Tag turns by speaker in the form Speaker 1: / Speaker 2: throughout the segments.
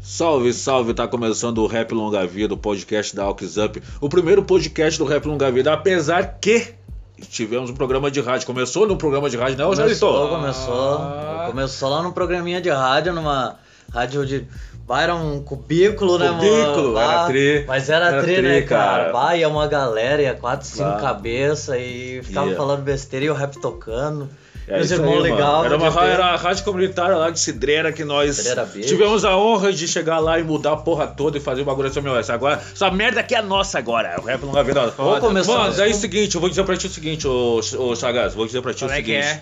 Speaker 1: Salve, salve, tá começando o Rap Longa Vida, o podcast da Alks Up, o primeiro podcast do Rap Longa Vida, apesar que tivemos um programa de rádio. Começou no programa de rádio, né, não, já
Speaker 2: Começou,
Speaker 1: editor?
Speaker 2: começou.
Speaker 1: Ah.
Speaker 2: Começou lá num programinha de rádio, numa rádio de. Bah, era um cubículo, né, mano?
Speaker 1: Cubículo, era
Speaker 2: Bah,
Speaker 1: tri.
Speaker 2: Mas era,
Speaker 1: Era
Speaker 2: tri,
Speaker 1: tri,
Speaker 2: né, cara?
Speaker 1: cara.
Speaker 2: Bah, ia uma galera, ia quatro, cinco
Speaker 1: Bah.
Speaker 2: cabeças e ficava
Speaker 1: Ia.
Speaker 2: falando besteira e o rap tocando.
Speaker 1: É
Speaker 2: Meus
Speaker 1: isso aí,
Speaker 2: irmãos
Speaker 1: mano.
Speaker 2: legal.
Speaker 1: Era uma
Speaker 2: de ver.
Speaker 1: ra- era a rádio comunitária lá de Cidreira que nós
Speaker 2: Cidreira Verde.
Speaker 1: tivemos a honra de chegar lá e mudar a porra toda e fazer o bagulho assim, meu, essa agora. Essa merda aqui é nossa agora. O rap não vai ver nada.
Speaker 2: Vamos começar,
Speaker 1: Mano,
Speaker 2: né?
Speaker 1: é o seguinte, eu vou dizer pra ti o seguinte, ô, ô Sagaz, vou dizer pra ti
Speaker 3: Como
Speaker 1: o
Speaker 3: é que
Speaker 1: seguinte.
Speaker 3: é?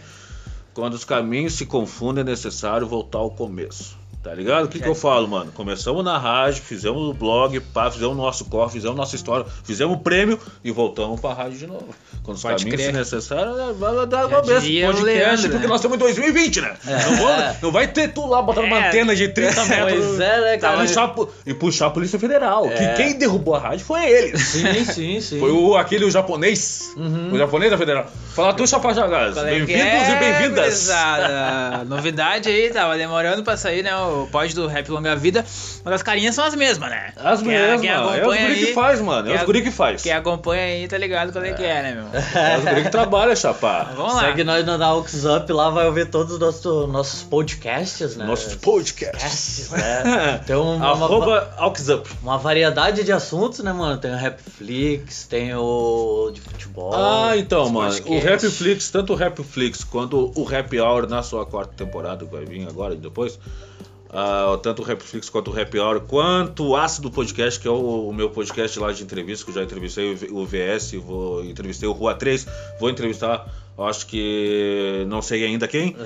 Speaker 1: Quando os caminhos se confundem, é necessário voltar ao começo. Tá ligado? O que, que eu falo, mano? Começamos na rádio, fizemos o blog, pá, fizemos o nosso corre, fizemos nossa história, fizemos o prêmio e voltamos pra rádio de novo. Quando os
Speaker 3: Pode
Speaker 1: caminhos
Speaker 3: crer.
Speaker 1: se necessários, né, vai dar
Speaker 3: Já
Speaker 1: uma vez
Speaker 3: dizia o
Speaker 1: podcast,
Speaker 3: Leandro,
Speaker 1: porque
Speaker 3: né?
Speaker 1: nós estamos em 2020, né? Não, vamos- não vai ter tu lá botando uma
Speaker 3: É.
Speaker 1: antena de 30 metros.
Speaker 2: Pois é, né, cara?
Speaker 1: Puxar a po- e puxar a Polícia Federal.
Speaker 3: É.
Speaker 1: Que quem derrubou a rádio foi ele.
Speaker 2: Sim, sim, sim.
Speaker 1: Foi o, aquele o japonês. O japonês da federal. Fala tu, Chapajagás.
Speaker 3: Qual é que
Speaker 1: Bem-vindos
Speaker 3: Uhum. é,
Speaker 1: e bem-vindas.
Speaker 3: gurizada? Novidade aí, tava demorando pra sair, né? O pod do Rap Longa Vida. Mas as carinhas são as mesmas, né?
Speaker 1: As
Speaker 3: Quem-
Speaker 1: mesmas.
Speaker 3: quem
Speaker 1: É os
Speaker 3: acompanha
Speaker 1: guri que
Speaker 3: aí-
Speaker 1: faz, mano. É
Speaker 3: quem
Speaker 1: os
Speaker 3: a-
Speaker 1: guri que faz.
Speaker 3: Quem acompanha aí, tá ligado qual é que é, né, meu?
Speaker 1: É os guri que trabalha, chapá.
Speaker 3: Vamos lá.
Speaker 2: Segue nós na Aux Up lá, vai ouvir todos os nossos, nossos podcasts, né?
Speaker 1: Nossos podcasts.
Speaker 2: podcasts, né? Tem uma, uma,
Speaker 1: Então, Arroba Alxup.
Speaker 2: Uma variedade de assuntos, né, mano? Tem o Rapflix, tem o de futebol.
Speaker 1: Ah, então, mano. O
Speaker 3: podcasts.
Speaker 1: Rapflix, tanto o Rapflix quanto o Rap Hour na sua quarta temporada, que vai vir agora e depois. ah, tanto o Rapflix quanto o Rap Hour, quanto o Ácido Podcast, que é o, o meu podcast lá de entrevista, que eu já entrevistei o V- o VS, vou entrevistei o Rua 3, vou entrevistar, acho que. não sei ainda quem.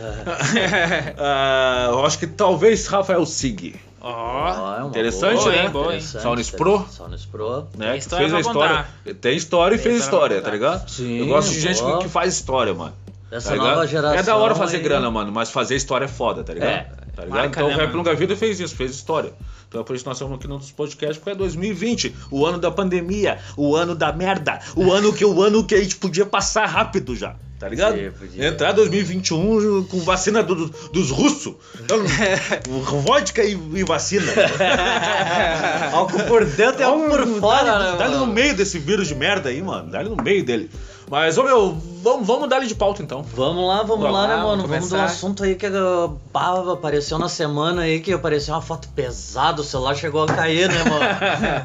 Speaker 1: Ah, eu acho que talvez Rafael Sig.
Speaker 3: Ó.
Speaker 2: é uma
Speaker 1: Interessante,
Speaker 3: boa,
Speaker 1: né?
Speaker 3: hein, boa, hein?
Speaker 2: Interessante,
Speaker 1: Saunus Pro.
Speaker 2: Saunus Pro.
Speaker 1: né? que
Speaker 3: Tem história
Speaker 1: fez a
Speaker 3: pra
Speaker 1: história. Tem história e
Speaker 3: Tem
Speaker 1: fez história,
Speaker 3: história pra
Speaker 1: tá
Speaker 3: contar.
Speaker 1: ligado?
Speaker 2: Sim,
Speaker 1: eu gosto de gente
Speaker 2: boa.
Speaker 1: que, que faz história, mano.
Speaker 2: Dessa
Speaker 1: tá ligado?
Speaker 2: nova geração.
Speaker 1: É da hora fazer
Speaker 2: aí. né?
Speaker 1: grana, mano, mas fazer história é foda, tá ligado?
Speaker 2: É.
Speaker 1: Tá ligado?
Speaker 3: Marca,
Speaker 1: então
Speaker 3: né,
Speaker 1: o Rap
Speaker 3: mano?
Speaker 1: Longa Vida fez isso, fez história. Então é por isso que nós estamos aqui num dos podcasts, porque é 2020, o ano da pandemia, o ano da merda, o ano que o ano que a gente podia passar rápido já. Tá ligado?
Speaker 2: Podia, podia.
Speaker 1: Entrar 2021 com vacina do- do- dos russos. Então, vodka e, e vacina. um
Speaker 2: Algo por dentro e algo por fora, É né,
Speaker 1: Dá-lhe no
Speaker 2: mano?
Speaker 1: meio desse vírus de merda aí, mano. Dá-lhe no meio dele. Mas, ô meu, vamos, vamos dar-lhe de pauta então.
Speaker 2: Vamos lá, vamos
Speaker 1: Vamos
Speaker 2: lá, né,
Speaker 3: lá,
Speaker 2: mano?
Speaker 3: vamos
Speaker 2: Vamos do
Speaker 3: começar.
Speaker 2: assunto aí que a Bava apareceu na semana aí, que apareceu uma foto pesada, o celular chegou a cair, né, mano?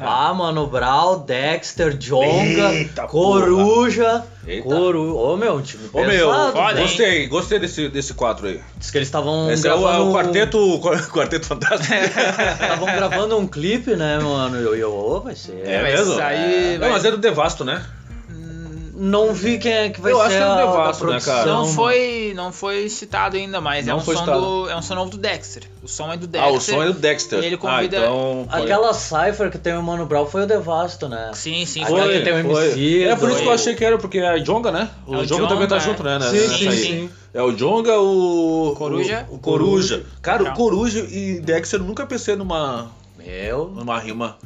Speaker 2: ah, mano, Brau, Dexter, Jonga,
Speaker 1: Eita,
Speaker 2: Coruja.
Speaker 1: Eita.
Speaker 2: Coru... Ô, meu, um time
Speaker 1: Ô meu,
Speaker 2: pesado,
Speaker 3: olha,
Speaker 2: mano.
Speaker 3: hein?
Speaker 1: gostei, gostei desse, desse quadro aí.
Speaker 2: Diz que eles estavam
Speaker 1: Esse é o,
Speaker 2: gravando...
Speaker 1: é o
Speaker 2: um-
Speaker 1: quarteto, quarteto fantástico.
Speaker 2: É. Estavam gravando um clipe, né, mano? E Eu, eu, ô, vai ser...
Speaker 1: É
Speaker 3: vai
Speaker 1: mesmo?
Speaker 3: sair,
Speaker 1: É.
Speaker 3: vai-
Speaker 1: Não, mas é do Devasto, né?
Speaker 2: Não vi quem é que vai
Speaker 1: Eu
Speaker 2: ser
Speaker 1: acho que é um
Speaker 2: a, da
Speaker 1: devasso, né,
Speaker 2: produção,
Speaker 1: cara?
Speaker 3: Não
Speaker 2: mano.
Speaker 3: foi, não foi citado ainda, mas
Speaker 1: Não
Speaker 3: é, um
Speaker 1: foi
Speaker 3: som
Speaker 1: citado.
Speaker 3: do, é um som novo do Dexter. O som é do Dexter.
Speaker 1: Ah, o som é do Dexter.
Speaker 3: Ele convida-
Speaker 1: Ah, então... foi.
Speaker 2: Aquela cipher que tem o Mano Brown foi o Devasto, né?
Speaker 3: Sim, sim,
Speaker 2: Aquela que
Speaker 3: foi.
Speaker 2: tem o
Speaker 1: foi.
Speaker 2: MC.
Speaker 1: É por isso que eu
Speaker 2: do-
Speaker 1: achei que era, porque é a Jonga, né? O
Speaker 3: É o
Speaker 1: Jonga, também tá
Speaker 3: Djonga,
Speaker 1: junto, né? né,
Speaker 2: Sim,
Speaker 1: nessa
Speaker 2: sim,
Speaker 1: aí.
Speaker 2: sim.
Speaker 1: É o Jonga, o...
Speaker 3: Coruja.
Speaker 1: O, o Coruja. Cara, o
Speaker 3: Não.
Speaker 1: Coruja e Dexter eu nunca pensei numa,
Speaker 2: Meu.
Speaker 1: numa rima.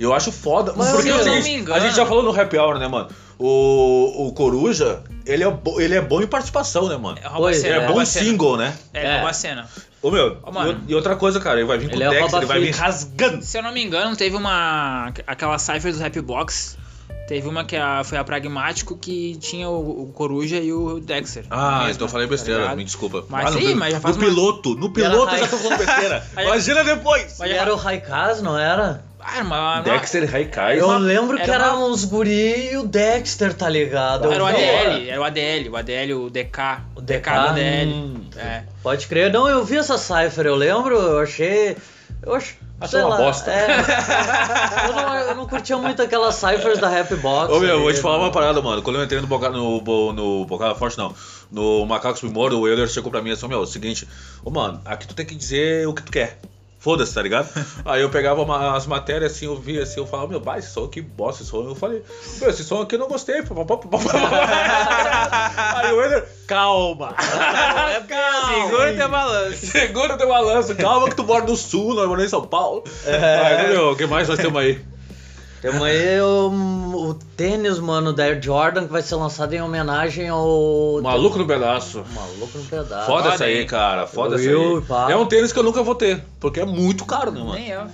Speaker 1: Eu acho foda.
Speaker 2: Mas
Speaker 1: porque
Speaker 2: se
Speaker 1: é o
Speaker 2: eu não
Speaker 1: seguinte,
Speaker 3: me
Speaker 1: a
Speaker 3: engano-
Speaker 1: gente já falou no Happy Hour, né, mano? O, o Coruja, ele é, bo- ele é bom em participação, né, mano?
Speaker 3: É, rouba a
Speaker 2: Pois,
Speaker 3: cena,
Speaker 1: Ele é,
Speaker 2: né?
Speaker 1: bom em
Speaker 3: rouba a cena.
Speaker 1: single, né?
Speaker 3: É,
Speaker 2: É.
Speaker 3: rouba a cena.
Speaker 1: Ô meu,
Speaker 3: Ô, mano.
Speaker 1: e e outra coisa, cara, ele vai vir com
Speaker 2: Ele
Speaker 1: o
Speaker 2: é
Speaker 1: Dex,
Speaker 2: rouba
Speaker 1: ele vai vir
Speaker 2: fit.
Speaker 1: rasgando.
Speaker 3: Se eu não me engano, teve uma. aquela cipher do Rap Box. Teve uma que a- foi a Pragmático que tinha o, o Coruja e o Dexter.
Speaker 1: Ah,
Speaker 3: Mesmo,
Speaker 1: então eu falei
Speaker 3: tá
Speaker 1: besteira,
Speaker 3: ligado?
Speaker 1: me desculpa.
Speaker 3: Mas
Speaker 1: Ah, no
Speaker 3: sim,
Speaker 1: pil-
Speaker 3: mas já
Speaker 1: no
Speaker 3: faz uma-
Speaker 1: piloto, no piloto eu já tô falando besteira.
Speaker 3: Aí-
Speaker 1: Imagina depois.
Speaker 3: Mas
Speaker 2: E
Speaker 3: já-
Speaker 2: era o Raikaz, não era?
Speaker 3: Ah, mas-
Speaker 1: Dexter Haikai.
Speaker 2: Eu
Speaker 3: uma-
Speaker 2: lembro que
Speaker 3: era
Speaker 2: era
Speaker 3: uma-
Speaker 2: uns guri e o Dexter, tá ligado? Eu
Speaker 3: Era o
Speaker 2: vi agora.
Speaker 3: ADL, era o ADL, o ADL, o DK.
Speaker 2: O
Speaker 3: DK
Speaker 2: DK,
Speaker 3: do ADL.
Speaker 1: hum.
Speaker 3: É.
Speaker 2: Pode crer, não, eu vi essa cipher, eu lembro, eu achei. Eu ach...
Speaker 1: Achei
Speaker 2: sei
Speaker 1: uma
Speaker 2: lá,
Speaker 1: bosta.
Speaker 2: é. eu, não, eu não curtia muito aquelas ciphers da Rap Box.
Speaker 1: Ô meu, eu vou
Speaker 2: ali,
Speaker 1: te falar
Speaker 2: né?
Speaker 1: uma parada, mano. Quando eu entrei no Bocada, no, Bo- no Bocada Forte, não. No Macacos Primordial, o Euler chegou pra mim e disse, meu, é o seguinte, ô mano, aqui tu tem que dizer o que tu quer. Foda-se, tá ligado? Aí eu pegava uma- as matérias assim, eu via assim, eu falava, meu, bah, esse som aqui, bosta, esse som. Eu falei, meu, esse som aqui eu não gostei. pá, pá, pá, pá, pá. Aí o Euler, calma.
Speaker 3: Segura o teu balanço.
Speaker 1: Segura o teu balanço, calma que tu mora no sul, nós moramos em São Paulo. Aí, meu, o que mais nós temos aí?
Speaker 2: Temos aí o, o tênis, mano, da Air Jordan, que vai ser lançado em homenagem ao.
Speaker 1: Maluco no pedaço.
Speaker 2: Maluco no pedaço.
Speaker 1: Foda
Speaker 3: Olha
Speaker 1: essa aí,
Speaker 3: aí.
Speaker 1: cara. Foda essa
Speaker 2: Eu,
Speaker 1: aí.
Speaker 2: pá.
Speaker 1: É um tênis que eu nunca vou ter, porque é muito caro, né, mano?
Speaker 3: Nem eu.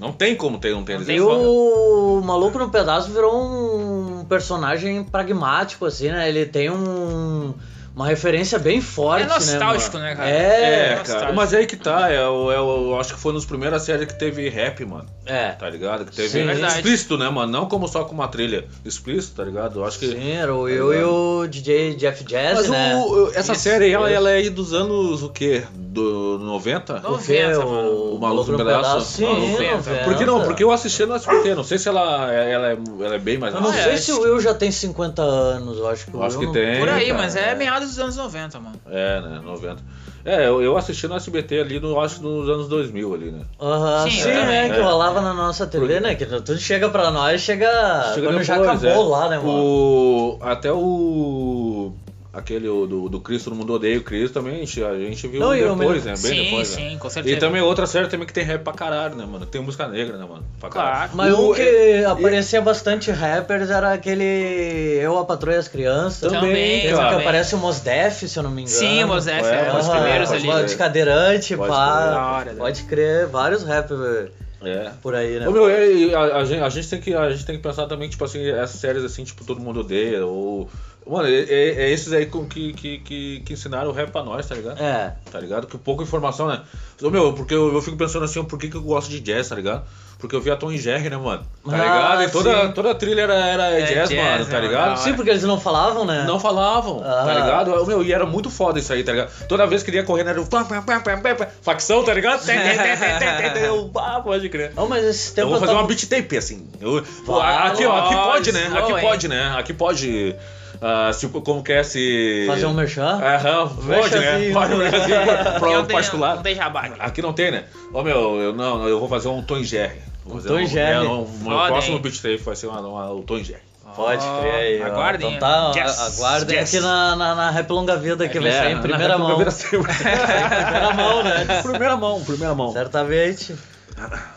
Speaker 1: Não tem como ter um tênis.
Speaker 2: E
Speaker 1: é foda.
Speaker 2: o Maluco no Pedaço virou um personagem pragmático, assim, né? Ele tem um, uma referência bem forte,
Speaker 3: É nostálgico,
Speaker 2: né,
Speaker 3: né,
Speaker 2: mano?
Speaker 3: cara?
Speaker 1: É,
Speaker 2: É,
Speaker 1: cara. Mas aí que tá. É, o- é, o- eu acho que foi nos primeiras séries que teve rap, mano.
Speaker 2: é.
Speaker 1: Tá ligado? Que teve
Speaker 2: Sim.
Speaker 3: Verdade.
Speaker 1: explícito, né, mano? Não como só com uma trilha. Explícito, tá ligado? Eu acho que.
Speaker 2: Sim, era o eu e o DJ Jeff Jazz,
Speaker 1: Mas o-
Speaker 2: né?
Speaker 1: o- essa
Speaker 3: Isso,
Speaker 1: série, ela,
Speaker 2: isso.
Speaker 1: ela é aí dos anos o quê? Do 90?
Speaker 3: Não,
Speaker 2: O quê?
Speaker 3: 90, mano.
Speaker 2: O,
Speaker 1: O Maluco no Pedaço?
Speaker 2: Sim,
Speaker 1: Maluco
Speaker 3: no Pedaço.
Speaker 2: 90.
Speaker 1: Por que não? Porque eu assisti no SBT. Não sei se ela, ela, é, ela é bem mais
Speaker 2: Eu não
Speaker 3: Ah,
Speaker 1: nova.
Speaker 2: sei
Speaker 3: é,
Speaker 2: se
Speaker 3: acho
Speaker 2: o Will já tem 50 anos, eu acho que o
Speaker 1: Eu acho
Speaker 2: Will
Speaker 1: que
Speaker 2: não-
Speaker 1: tem.
Speaker 3: Por aí,
Speaker 1: cara,
Speaker 3: mas é meados dos anos 90, mano.
Speaker 1: É, né? 90. É, eu, eu assisti no SBT ali, no, acho que nos anos 2000 ali, né?
Speaker 2: Aham,
Speaker 3: Sim,
Speaker 2: sim,
Speaker 3: eu
Speaker 2: né?
Speaker 1: também.
Speaker 2: Que rolava na nossa TV, né? Que tudo chega pra nós, chega,
Speaker 1: Chega
Speaker 2: Ah, quando já
Speaker 1: depois,
Speaker 2: acabou
Speaker 1: é.
Speaker 2: lá, né, mano?
Speaker 1: O, até o... Aquele o do, do Cristo no Mundo Odeio, o Cristo também, a gente, a gente viu
Speaker 2: Não, e eu
Speaker 1: depois, né?
Speaker 2: mesmo-
Speaker 1: Bem
Speaker 3: sim,
Speaker 1: depois, né?
Speaker 3: sim, com
Speaker 1: E
Speaker 3: certeza.
Speaker 1: também outra série também que tem rap pra caralho, né, mano? Tem música negra, né, mano? Pra caralho.
Speaker 3: Claro.
Speaker 2: Mas
Speaker 1: O- é,
Speaker 2: um que
Speaker 1: e-
Speaker 2: aparecia bastante rappers era aquele Eu, a Patroa e as Crianças.
Speaker 3: Também,
Speaker 2: Tem um
Speaker 1: cara.
Speaker 2: que aparece o Mos Def, se eu não me engano.
Speaker 3: Então, Sim, o Mosef,
Speaker 1: É,
Speaker 3: é, um dos
Speaker 1: mas-
Speaker 2: Aham,
Speaker 3: primeiros
Speaker 1: pode
Speaker 3: ali.
Speaker 2: pô,
Speaker 1: crer.
Speaker 2: De cadeirante,
Speaker 1: Pode crer.
Speaker 2: pá.
Speaker 3: Da hora, né?
Speaker 2: Pode crer, vários rappers
Speaker 1: É.
Speaker 2: por aí, né?
Speaker 1: Ô, meu, é, é, a, a gen- a gente tem que, a gente tem que pensar também, tipo assim, essas séries assim, tipo, todo mundo odeia, ou... Mano, é, é- é esses aí com- que, que, que, que ensinaram o rap pra nós, tá ligado?
Speaker 2: É.
Speaker 1: Tá ligado? Que pouca informação, né? Ô, meu, porque eu, eu fico pensando assim, ó, por que, que eu gosto de jazz, tá ligado? Porque eu via Tom e Jerry, né, mano? Tá
Speaker 2: Ah,
Speaker 1: ligado? E toda,
Speaker 2: sim.
Speaker 1: toda a trilha era, era
Speaker 3: É
Speaker 1: jazz,
Speaker 3: jazz,
Speaker 1: mano,
Speaker 3: né,
Speaker 1: tá
Speaker 3: mano? Da
Speaker 1: ligado?
Speaker 3: hora.
Speaker 2: Sim, porque eles não falavam, né?
Speaker 1: Não falavam, tá
Speaker 2: Ah.
Speaker 1: ligado? Ô, Meu, e era muito foda isso aí, tá ligado? Toda vez que ele ia correndo era o... pá, pá, pá, pá, pá, pá, Facção, tá ligado? Tê, tê, tê, tê, tê, tê, Eu, ah, pode crer.
Speaker 2: Não, mas esse
Speaker 1: Eu
Speaker 2: tempo
Speaker 1: vou fazer
Speaker 2: tava-
Speaker 1: uma beat tape, assim. Eu- pô,
Speaker 2: Vai,
Speaker 1: aqui, ó, aqui
Speaker 3: ó,
Speaker 1: pode, né?
Speaker 3: slow,
Speaker 1: Aqui
Speaker 3: hein?
Speaker 1: pode, né? Aqui pode... ah, se, como que é se...
Speaker 2: Fazer um merchan?
Speaker 1: Aham, pode, né?
Speaker 2: Merchanzinho.
Speaker 1: Pode, né? Assim,
Speaker 3: Não
Speaker 1: pro
Speaker 3: tem-
Speaker 1: particular.
Speaker 3: Não tem jabá aqui.
Speaker 1: Aqui não tem, né? Ô meu, eu não, eu vou fazer um Tom e Jerry. Vou fazer
Speaker 2: Tom e Jerry.
Speaker 1: é, um- meu
Speaker 3: Foda,
Speaker 1: próximo
Speaker 3: hein?
Speaker 1: beat tape vai ser uma, uma- o Tom e Jerry.
Speaker 2: Pode crer aí. ó.
Speaker 3: Ah, Aguardem.
Speaker 2: Então tá, a-
Speaker 3: Yes,
Speaker 2: aguardem
Speaker 3: yes. É
Speaker 2: aqui na, na, na Rap Longa Vida que vai ser em
Speaker 1: na
Speaker 2: primeira mão.
Speaker 1: Primeira, sempre.
Speaker 2: Primeira mão, né?
Speaker 1: primeira mão, primeira mão.
Speaker 2: Certamente.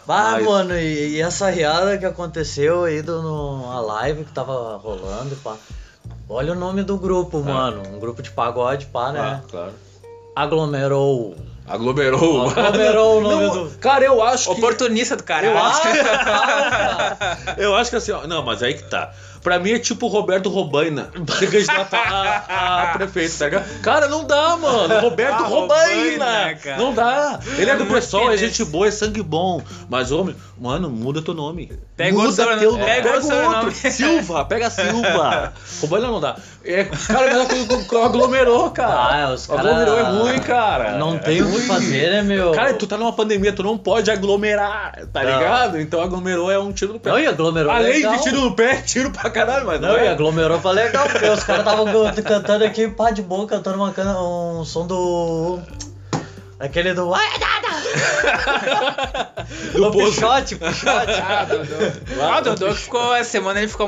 Speaker 2: Bah,
Speaker 1: Mas-
Speaker 2: mano, e, e essa riada que aconteceu aí do, no, a live que tava rolando e pá. Olha o nome do grupo, mano. Um grupo de pagode, pá, né?
Speaker 1: É. Ah, claro.
Speaker 2: Aglomerou.
Speaker 1: Aglomerou.
Speaker 2: Aglomerou o nome
Speaker 1: Não,
Speaker 2: do.
Speaker 1: Cara, eu acho que...
Speaker 3: Oportunista do cara.
Speaker 2: Eu acho que Ah, cara.
Speaker 1: Eu acho que assim, ó, não, mas aí que tá. Pra mim é tipo o Roberto Robaina. Se candidatar a, a prefeito, tá ligado? Cara, não dá, mano. Roberto
Speaker 3: Ah,
Speaker 1: Robaina.
Speaker 3: Robaina, cara.
Speaker 1: Não dá. Ele é do
Speaker 3: Muito
Speaker 1: pessoal, é
Speaker 3: fitness.
Speaker 1: gente boa, é sangue bom. Mas, homem, mano, muda teu nome.
Speaker 3: Pega
Speaker 1: muda
Speaker 3: outro sobrenome.
Speaker 1: teu nome.
Speaker 3: Pega
Speaker 1: Pega,
Speaker 3: outro sobrenome.
Speaker 1: outro. Silva, pega Silva. Robaina não dá. É, cara, mas com- com- aglomerou, cara.
Speaker 2: Ah, os cara-
Speaker 1: aglomerou é ruim, cara.
Speaker 2: Não tem o que
Speaker 1: ruim.
Speaker 2: fazer, né, meu?
Speaker 1: Cara, tu tá numa pandemia, tu não pode aglomerar, tá
Speaker 2: Não.
Speaker 1: ligado? Então aglomerou é um tiro no pé.
Speaker 2: Não, e aglomerou
Speaker 1: Além
Speaker 2: legal.
Speaker 1: de tiro no pé, tiro pra caralho, mas não,
Speaker 2: Não, e
Speaker 1: é.
Speaker 2: aglomerou pra legal, porque os caras estavam cantando aqui, pá de boa, cantando uma cana, um som do. Aquele do. Ai, nada!
Speaker 1: Do
Speaker 2: Do
Speaker 1: poço.
Speaker 2: pichote, pichote.
Speaker 3: Ah, Dodô. Ah, o Dodô que ficou. Essa semana ele ficou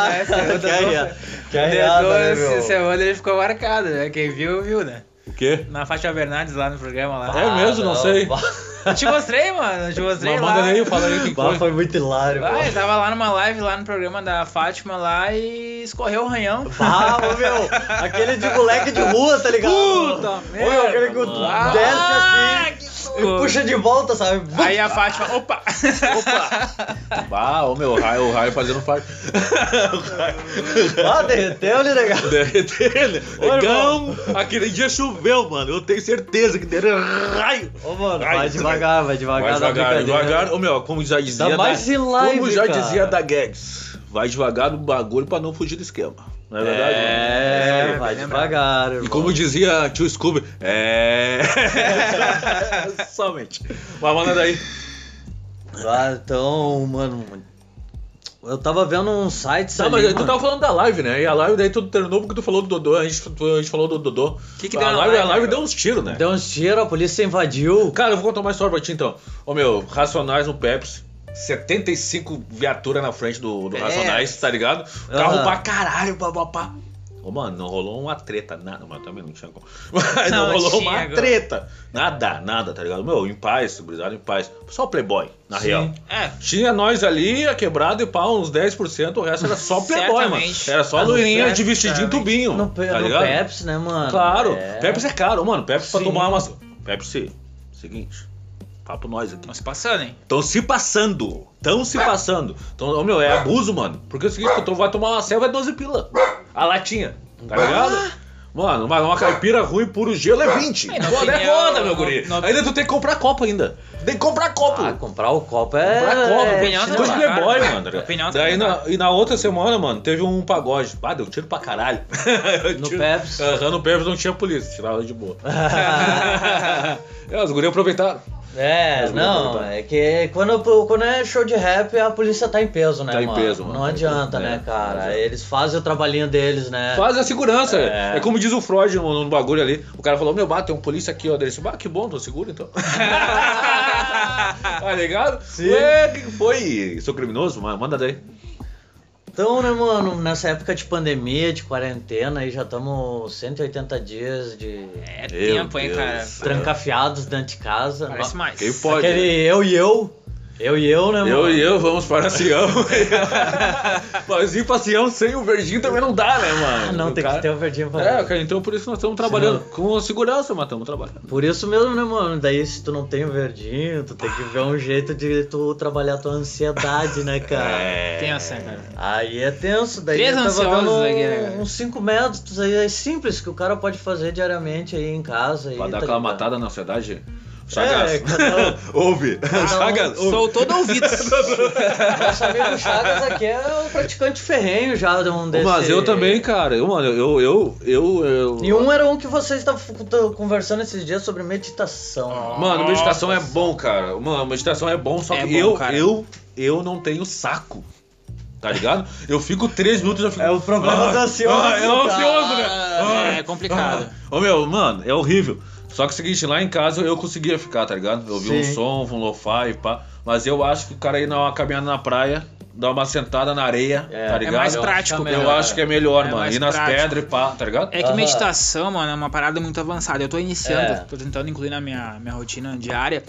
Speaker 2: Bah,
Speaker 3: né? Essa semana o
Speaker 2: que
Speaker 3: Dodô-
Speaker 2: arria- que
Speaker 3: é o
Speaker 2: arreada,
Speaker 3: Dodô,
Speaker 2: né,
Speaker 3: essa
Speaker 2: meu?
Speaker 3: semana ele ficou marcado, né? Quem viu, viu, né?
Speaker 1: O quê?
Speaker 3: Na Fátima Bernardes lá no programa lá.
Speaker 1: É mesmo, não sei.
Speaker 2: bah,
Speaker 3: Eu te mostrei, mano. Eu te mostrei
Speaker 1: Mas
Speaker 3: lá.
Speaker 1: manda aí, fala aí o que
Speaker 2: bah,
Speaker 1: foi.
Speaker 2: foi muito hilário,
Speaker 3: Ah,
Speaker 2: mano.
Speaker 3: ele tava lá numa live lá no programa da Fátima lá e escorreu o ranhão.
Speaker 2: Bah, ô, meu, aquele de moleque de rua, tá ligado?
Speaker 3: Puta
Speaker 2: Ô,
Speaker 3: merda, Ah,
Speaker 2: meu, aquele que
Speaker 1: mano.
Speaker 2: desce
Speaker 3: que
Speaker 2: assim e puxa de volta, sabe?
Speaker 3: Aí a Fátima, opa!
Speaker 1: Ah, ô meu, o raio, o raio fazendo parte.
Speaker 2: Ah, derreteu, né, negado?
Speaker 1: Derretendo.
Speaker 2: Ô,
Speaker 1: né? Negão, aquele dia choveu, mano. Eu tenho certeza que deu raio.
Speaker 2: Ô, mano,
Speaker 1: Ai,
Speaker 2: vai devagar, vai devagar.
Speaker 1: Vai
Speaker 2: na
Speaker 1: devagar, né?
Speaker 2: brincadeira.
Speaker 1: devagar. Ô meu, como já dizia
Speaker 2: mais
Speaker 1: da,
Speaker 2: em live,
Speaker 1: Como já
Speaker 2: cara.
Speaker 1: dizia da Gags. Vai devagar no bagulho pra não fugir do esquema. Não é verdade?
Speaker 2: É,
Speaker 3: É,
Speaker 2: vai
Speaker 3: bem
Speaker 2: devagar,
Speaker 1: E
Speaker 2: irmão.
Speaker 1: como dizia tio Scooby, é. Somente. Mas manda daí.
Speaker 2: Ah, então, mano... Eu tava vendo um site...
Speaker 1: Tá,
Speaker 2: ali,
Speaker 1: mas tu
Speaker 2: mano.
Speaker 1: tava falando da live, né? E a live daí tu terminou porque tu falou do Dodô, a gente, tu- a gente falou do Dodô. O
Speaker 3: Que que
Speaker 1: a
Speaker 3: deu na
Speaker 1: live? A
Speaker 3: live,
Speaker 1: live
Speaker 3: cara?
Speaker 1: deu uns tiros, né?
Speaker 2: Deu uns tiros, a polícia invadiu.
Speaker 1: Cara, eu vou contar uma história pra ti então. Ô meu, Racionais no Pepsi. 75 viaturas na frente do, do
Speaker 3: É.
Speaker 1: Racionais, tá ligado? Carro
Speaker 2: Aham.
Speaker 1: pra caralho, papapá. Ô, mano, não rolou uma treta, nada, mas também não tinha como. Mas não,
Speaker 3: Não
Speaker 1: rolou
Speaker 3: tinha
Speaker 1: uma
Speaker 3: agora.
Speaker 1: treta. Nada, nada, tá ligado? Meu, em paz, brisado em paz. Só playboy, na
Speaker 2: Sim.
Speaker 1: real.
Speaker 3: É,
Speaker 1: Tinha nós ali, a quebrada e pau, uns 10%, o resto era só playboy, mano.
Speaker 3: Certamente.
Speaker 1: Era só
Speaker 3: Ah,
Speaker 1: loirinha de
Speaker 3: certamente.
Speaker 1: vestidinho tubinho,
Speaker 2: No, pe-
Speaker 1: tá
Speaker 2: no
Speaker 1: ligado?
Speaker 2: Pepsi, né, mano?
Speaker 1: Claro,
Speaker 2: É.
Speaker 1: Pepsi é caro, mano. Pepsi pra
Speaker 2: Sim.
Speaker 1: tomar uma. Pepsi, seguinte. Papo nós aqui.
Speaker 3: não se passando, hein?
Speaker 1: Estão se passando. Estão se passando. Então, ô, meu, é abuso, mano. Porque é o seguinte, tu vai tomar uma selva é 12 pila. A latinha. Tá ligado? Mano, mas uma caipira ruim, puro gelo é 20.
Speaker 3: Aí, na
Speaker 1: Foda, é
Speaker 3: opinião,
Speaker 1: foda, meu
Speaker 3: não-
Speaker 1: guri.
Speaker 3: não-
Speaker 1: Ainda tu tem que comprar copo ainda. Tem que comprar copo.
Speaker 2: Ah, comprar o copo é.
Speaker 1: Pra
Speaker 2: é
Speaker 1: Copa,
Speaker 3: opinião
Speaker 1: opinião
Speaker 3: tá
Speaker 1: dois
Speaker 3: no
Speaker 2: chinelagem.
Speaker 3: lugar,
Speaker 1: playboy,
Speaker 3: né?
Speaker 1: mano.
Speaker 3: Opinião tá
Speaker 1: Daí
Speaker 3: no
Speaker 1: na, e na outra semana, mano, teve um pagode. Ah, deu tiro pra caralho.
Speaker 2: No
Speaker 1: Tiro-
Speaker 2: Pepsi.
Speaker 1: Aham, no Pepsi não tinha polícia, tirava de boa.
Speaker 2: Ah.
Speaker 1: é, os guri aproveitaram.
Speaker 2: É,
Speaker 1: Mas
Speaker 2: não,
Speaker 1: aguenta.
Speaker 2: é que quando, quando é show de rap, a polícia tá em peso, né,
Speaker 1: Tá em
Speaker 2: mano?
Speaker 1: peso, mano.
Speaker 2: Não adianta,
Speaker 1: É,
Speaker 2: né,
Speaker 1: não
Speaker 2: cara?
Speaker 1: adianta.
Speaker 2: Eles fazem o trabalhinho deles, né?
Speaker 1: Faz a segurança.
Speaker 2: É.
Speaker 1: É. é como diz o Freud no, no bagulho ali. O cara falou: Meu, bah, tem um polícia aqui, ó. Daí Ele disse: Bah, que bom, tô seguro então. tá ligado?
Speaker 2: Sim.
Speaker 1: Ué, o que que foi? Sou criminoso? Mas Manda daí.
Speaker 2: Então, né, mano, nessa época de pandemia, de quarentena, aí já estamos 180 dias de
Speaker 3: É
Speaker 1: Meu
Speaker 3: tempo, hein,
Speaker 1: Deus.
Speaker 3: cara?
Speaker 2: trancafiados dentro de casa.
Speaker 3: Parece
Speaker 2: Nossa,
Speaker 3: mais.
Speaker 1: Quem pode?
Speaker 2: Aquele eu e eu. Eu e eu, né, mano?
Speaker 1: né? Eu e eu vamos para Sião. Mas ir pra Sião sem o verdinho também não dá, né, mano?
Speaker 2: Ah, não,
Speaker 1: O
Speaker 2: tem
Speaker 1: cara-
Speaker 2: que ter um o verdinho pra
Speaker 1: É, cara, então por isso que nós estamos trabalhando com a segurança, mas estamos trabalhando.
Speaker 2: Por isso mesmo, né, mano? Daí se tu não tem o verdinho, tu tem que ver um jeito de tu trabalhar tua ansiedade, né, cara?
Speaker 1: É.
Speaker 3: Tensa, cara.
Speaker 2: Aí é tenso, daí
Speaker 3: Três
Speaker 2: eu tava
Speaker 3: ansiosos
Speaker 2: vendo
Speaker 3: aqui, né, cara?
Speaker 2: uns 5 métodos aí é simples que o cara pode fazer diariamente aí em casa.
Speaker 1: Pra
Speaker 2: e
Speaker 1: dar
Speaker 2: tá
Speaker 1: aquela
Speaker 2: ligado?
Speaker 1: matada na ansiedade. Chagas.
Speaker 2: É, cada um
Speaker 1: ouve.
Speaker 3: Ah,
Speaker 1: Chagas, ouve.
Speaker 3: sou todo ouvido.
Speaker 2: Nosso amigo Chagas aqui é um praticante ferrenho já de um desse.
Speaker 1: Mas eu também, cara. Eu, mano, eu. eu, eu, eu-
Speaker 2: E um era um que você estava conversando esses dias sobre meditação.
Speaker 3: Ah.
Speaker 1: Mano, meditação é bom, cara. Mano, meditação é bom, só
Speaker 3: É
Speaker 1: que
Speaker 3: bom,
Speaker 1: eu,
Speaker 3: cara.
Speaker 1: eu, eu não tenho saco. Tá ligado? Eu fico três minutos e já fico.
Speaker 2: É o problema
Speaker 1: Ah,
Speaker 2: do ansioso,
Speaker 1: Ah, é o ansioso,
Speaker 2: cara.
Speaker 1: né? Ah,
Speaker 3: É complicado.
Speaker 1: Ah, Ô meu, mano, é horrível. Só que é o seguinte, lá em casa eu conseguia ficar, tá ligado? Eu ouvia um
Speaker 2: Sim.
Speaker 1: som, um lo-fi, pá. Mas eu acho que o cara ir dar uma caminhada na praia, dar uma sentada na areia,
Speaker 2: É,
Speaker 1: tá
Speaker 2: é
Speaker 1: ligado?
Speaker 3: mais
Speaker 1: Eu-
Speaker 3: prático,
Speaker 1: Eu
Speaker 2: melhor,
Speaker 1: acho que é melhor,
Speaker 3: É
Speaker 1: mano.
Speaker 3: mais
Speaker 1: Ir nas
Speaker 3: prático.
Speaker 1: pedras e pá, tá ligado?
Speaker 3: É que
Speaker 2: Aham.
Speaker 3: meditação, mano, é uma parada muito avançada. Eu tô iniciando,
Speaker 2: É. Uhum.
Speaker 3: tô tentando incluir na minha, minha rotina diária.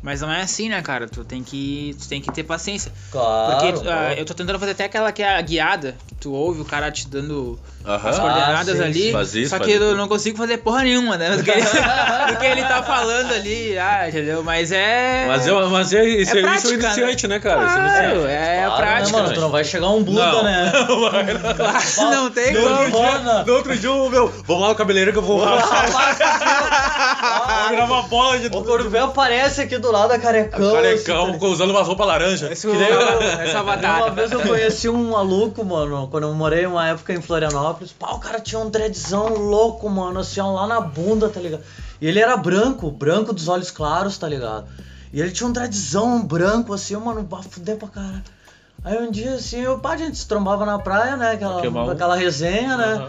Speaker 3: Mas não é assim, né, cara? Tu tem que, tu tem que ter paciência.
Speaker 2: Claro.
Speaker 3: Porque ah, eu tô tentando fazer até aquela que é a guiada, que tu ouve o cara te dando
Speaker 1: Aham.
Speaker 3: as coordenadas
Speaker 2: Ah, sim,
Speaker 3: ali.
Speaker 2: sim.
Speaker 1: Faz isso,
Speaker 3: só
Speaker 1: faz
Speaker 3: que
Speaker 1: isso.
Speaker 3: eu não consigo fazer porra nenhuma, né? Do que, ele, do que ele tá falando ali, ah, entendeu? Mas é.
Speaker 1: Mas, eu, mas é, isso é, isso é
Speaker 3: prática, né?
Speaker 1: iniciante, né, cara? Isso é iniciante.
Speaker 3: Claro, é a
Speaker 2: Claro,
Speaker 3: prática.
Speaker 2: Né, mano? Tu não vai chegar um Buda,
Speaker 1: Não.
Speaker 2: né?
Speaker 3: Claro, não tem
Speaker 1: No outro,
Speaker 3: como.
Speaker 1: dia,
Speaker 2: Nirvana.
Speaker 1: no outro dia, o meu, vamos lá no cabeleireiro que eu vou vou virar uma bola de
Speaker 2: O Corvel aparece aqui do lado, a carecão. assim, tá
Speaker 1: carecão usando uma roupa laranja.
Speaker 3: Esse-
Speaker 2: Que daí eu-
Speaker 3: Essa
Speaker 2: Uma
Speaker 3: batata.
Speaker 2: vez eu conheci um maluco, mano, quando eu morei uma época em Florianópolis. Pá, o cara tinha um dreadzão louco, mano, assim, ó, lá na bunda, tá ligado? E ele era branco, branco dos olhos claros, tá ligado? E ele tinha um dreadzão branco, assim, mano, bah, fudeu pra cara. Aí um dia, assim, eu, pá, a gente se trombava na praia, né, aquela,
Speaker 1: Queimar um.
Speaker 2: aquela resenha, né?
Speaker 1: Aham.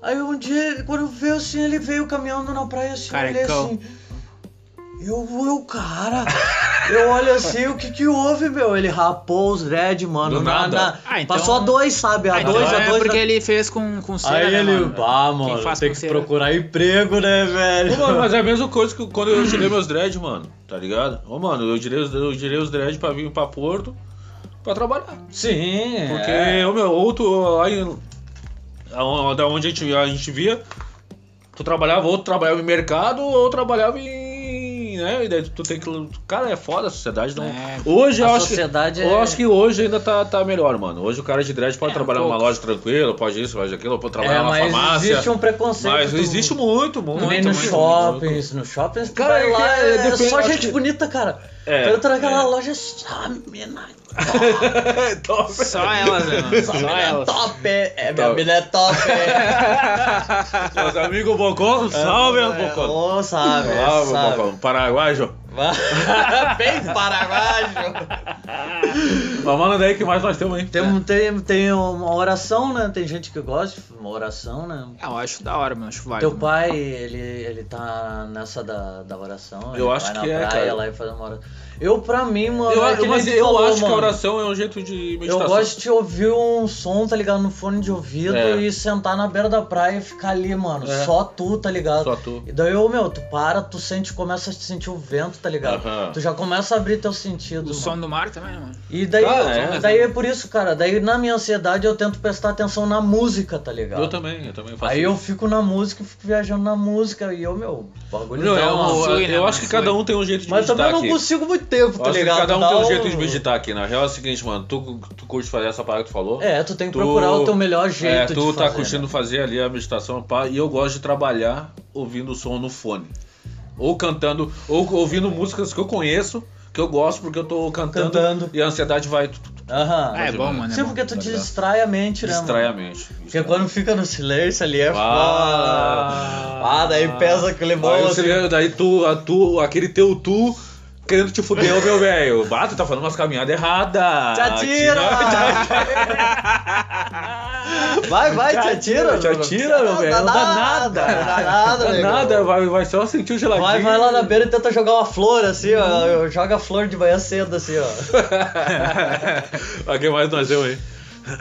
Speaker 2: Aí um dia, quando veio assim, ele veio caminhando na praia assim, eu olhei
Speaker 3: Carecão.
Speaker 2: assim. Eu, eu, cara. Eu olho assim, o que que houve, meu? Ele rapou os dread, mano.
Speaker 1: Do
Speaker 2: na-
Speaker 1: nada.
Speaker 2: na-
Speaker 3: Ah, então-
Speaker 2: Passou a dois, sabe? A
Speaker 3: Ah, então
Speaker 2: dois, a
Speaker 3: é
Speaker 2: dois.
Speaker 3: porque
Speaker 2: a...
Speaker 3: ele fez com, com cera,
Speaker 2: Aí
Speaker 3: né,
Speaker 2: ele,
Speaker 3: mano?
Speaker 2: bah,
Speaker 3: Quem
Speaker 2: mano,
Speaker 3: faz
Speaker 2: tem
Speaker 3: com
Speaker 2: que
Speaker 3: cera?
Speaker 2: procurar emprego, né, velho?
Speaker 1: Ô, mano, mas é a mesma coisa que quando eu tirei meus dread, mano, tá ligado? Ô, mano, eu tirei os, eu tirei os dread pra vir pra Porto pra trabalhar.
Speaker 2: Sim.
Speaker 1: Porque,
Speaker 2: é.
Speaker 1: ô, meu, ou tu, aí, aon- da onde a gente, a gente via, tu trabalhava, ou tu trabalhava em mercado, ou trabalhava em, né, e daí tu tem que, cara, é foda a sociedade, não...
Speaker 3: É.
Speaker 1: Hoje eu
Speaker 2: A
Speaker 1: acho que-
Speaker 2: sociedade
Speaker 1: eu
Speaker 2: é-
Speaker 1: acho que hoje ainda tá, tá melhor, mano. Hoje o cara de dread pode
Speaker 3: É, um
Speaker 1: trabalhar numa
Speaker 3: pouco.
Speaker 1: loja tranquila, pode isso, pode aquilo, pode trabalhar
Speaker 2: É,
Speaker 1: numa
Speaker 2: mas
Speaker 1: farmácia.
Speaker 2: existe um preconceito.
Speaker 1: Mas
Speaker 2: do-
Speaker 1: existe muito, muito.
Speaker 2: Nem
Speaker 1: muito,
Speaker 2: nos
Speaker 1: muito.
Speaker 2: shoppings, nos shoppings, tu
Speaker 1: Cara,
Speaker 2: vai
Speaker 1: é que
Speaker 2: lá,
Speaker 1: é-
Speaker 2: é,
Speaker 1: depende,
Speaker 2: só
Speaker 1: acho
Speaker 2: gente
Speaker 1: que-
Speaker 2: bonita, cara.
Speaker 1: É,
Speaker 2: Eu tô naquela
Speaker 1: é.
Speaker 2: loja só mina
Speaker 1: Top.
Speaker 3: Só elas, né, mano?
Speaker 2: Só
Speaker 3: Só
Speaker 2: mina é
Speaker 3: elas.
Speaker 2: top, é minha
Speaker 1: Top.
Speaker 2: mina é top.
Speaker 1: Meus amigos Bocó, salve,
Speaker 2: é,
Speaker 1: Bocó.
Speaker 2: ô, sabe,
Speaker 1: Salve,
Speaker 2: sabe.
Speaker 1: Bocó. Paraguaio.
Speaker 2: Bem paraguaio.
Speaker 1: Mas manda daí que mais nós temos É. aí.
Speaker 2: Tem, um, tem, tem uma oração, né? Tem gente que gosta de uma oração, né?
Speaker 3: Ah, eu acho da hora, mano. Acho válido.
Speaker 2: Teu pai, ele, ele tá nessa da, da oração.
Speaker 1: Eu
Speaker 2: ele
Speaker 1: acho
Speaker 2: vai na
Speaker 1: que é,
Speaker 2: praia
Speaker 1: cara.
Speaker 2: lá e faz uma oração. Eu, pra mim, mano.
Speaker 1: Eu,
Speaker 2: é que nem
Speaker 1: mas
Speaker 2: tu
Speaker 1: eu
Speaker 2: falou,
Speaker 1: acho que a
Speaker 2: mano.
Speaker 1: oração é um jeito de meditação.
Speaker 2: Eu gosto de ouvir um som, tá ligado? No fone de ouvido
Speaker 1: É.
Speaker 2: e sentar na beira da praia e ficar ali, mano.
Speaker 1: É.
Speaker 2: Só tu, tá ligado?
Speaker 1: Só tu.
Speaker 2: E daí, ô, meu, tu para, tu sente, começa a sentir o vento, tá ligado?
Speaker 1: Aham.
Speaker 2: Tu já começa a abrir teu sentido.
Speaker 3: O
Speaker 2: mano.
Speaker 3: som do mar também, né, mano.
Speaker 2: E daí,
Speaker 1: Ah, é.
Speaker 2: daí é por isso, cara. Daí na minha ansiedade eu tento prestar atenção na música, tá ligado?
Speaker 1: Eu também, eu também faço.
Speaker 2: Aí
Speaker 1: isso.
Speaker 2: eu fico na música e fico viajando na música e eu, meu, bagulho
Speaker 1: Não,
Speaker 2: dá
Speaker 1: é
Speaker 2: uma-
Speaker 1: um-
Speaker 3: flui,
Speaker 1: eu
Speaker 3: né, mano,
Speaker 1: acho que
Speaker 3: flui.
Speaker 1: cada um tem um jeito de
Speaker 2: Mas
Speaker 1: meditar
Speaker 2: também eu não
Speaker 1: aqui.
Speaker 2: consigo muito tempo,
Speaker 1: Eu
Speaker 2: tá
Speaker 1: acho que
Speaker 2: ligado?
Speaker 1: cada um
Speaker 2: Dá
Speaker 1: tem um jeito de meditar aqui. Na real é o seguinte, mano, tu, tu curte fazer essa parada que tu falou.
Speaker 2: É, tu tem que
Speaker 1: Tu-
Speaker 2: procurar o teu melhor jeito
Speaker 1: É,
Speaker 2: de
Speaker 1: tu tá
Speaker 2: fazer,
Speaker 1: curtindo
Speaker 2: né?
Speaker 1: fazer ali a meditação, pá, e eu gosto de trabalhar ouvindo o som no fone. Ou cantando, ou ouvindo músicas que eu conheço, que eu gosto, porque eu tô cantando,
Speaker 2: Cantando.
Speaker 1: e a ansiedade vai tu- tu- tu-
Speaker 2: Aham.
Speaker 3: Ah, é bom, mano. é
Speaker 2: Sim,
Speaker 3: bom.
Speaker 2: porque tu
Speaker 1: tá ligado?
Speaker 2: distrai a mente, né? mano?
Speaker 1: distrai a mente.
Speaker 2: Porque quando fica no silêncio ali é foda.
Speaker 1: Ah.
Speaker 2: Ah, daí pesa aquele
Speaker 1: Aí
Speaker 2: bolo
Speaker 1: você
Speaker 2: assim.
Speaker 1: vê, daí tu, a tu, aquele teu tu querendo te fuder, ô meu velho. Bato, tá fazendo umas caminhadas erradas.
Speaker 2: assim, Te atira! Vai, vai, te atira!
Speaker 1: Te atira, meu velho. Não dá nada.
Speaker 2: Não dá nada,
Speaker 1: Não dá
Speaker 2: nego.
Speaker 1: nada, vai, vai só sentir o geladinho.
Speaker 2: Vai, vai lá na beira e tenta jogar uma flor assim, ó. Joga a flor de manhã cedo assim, ó.
Speaker 1: Olha quem mais nasceu aí.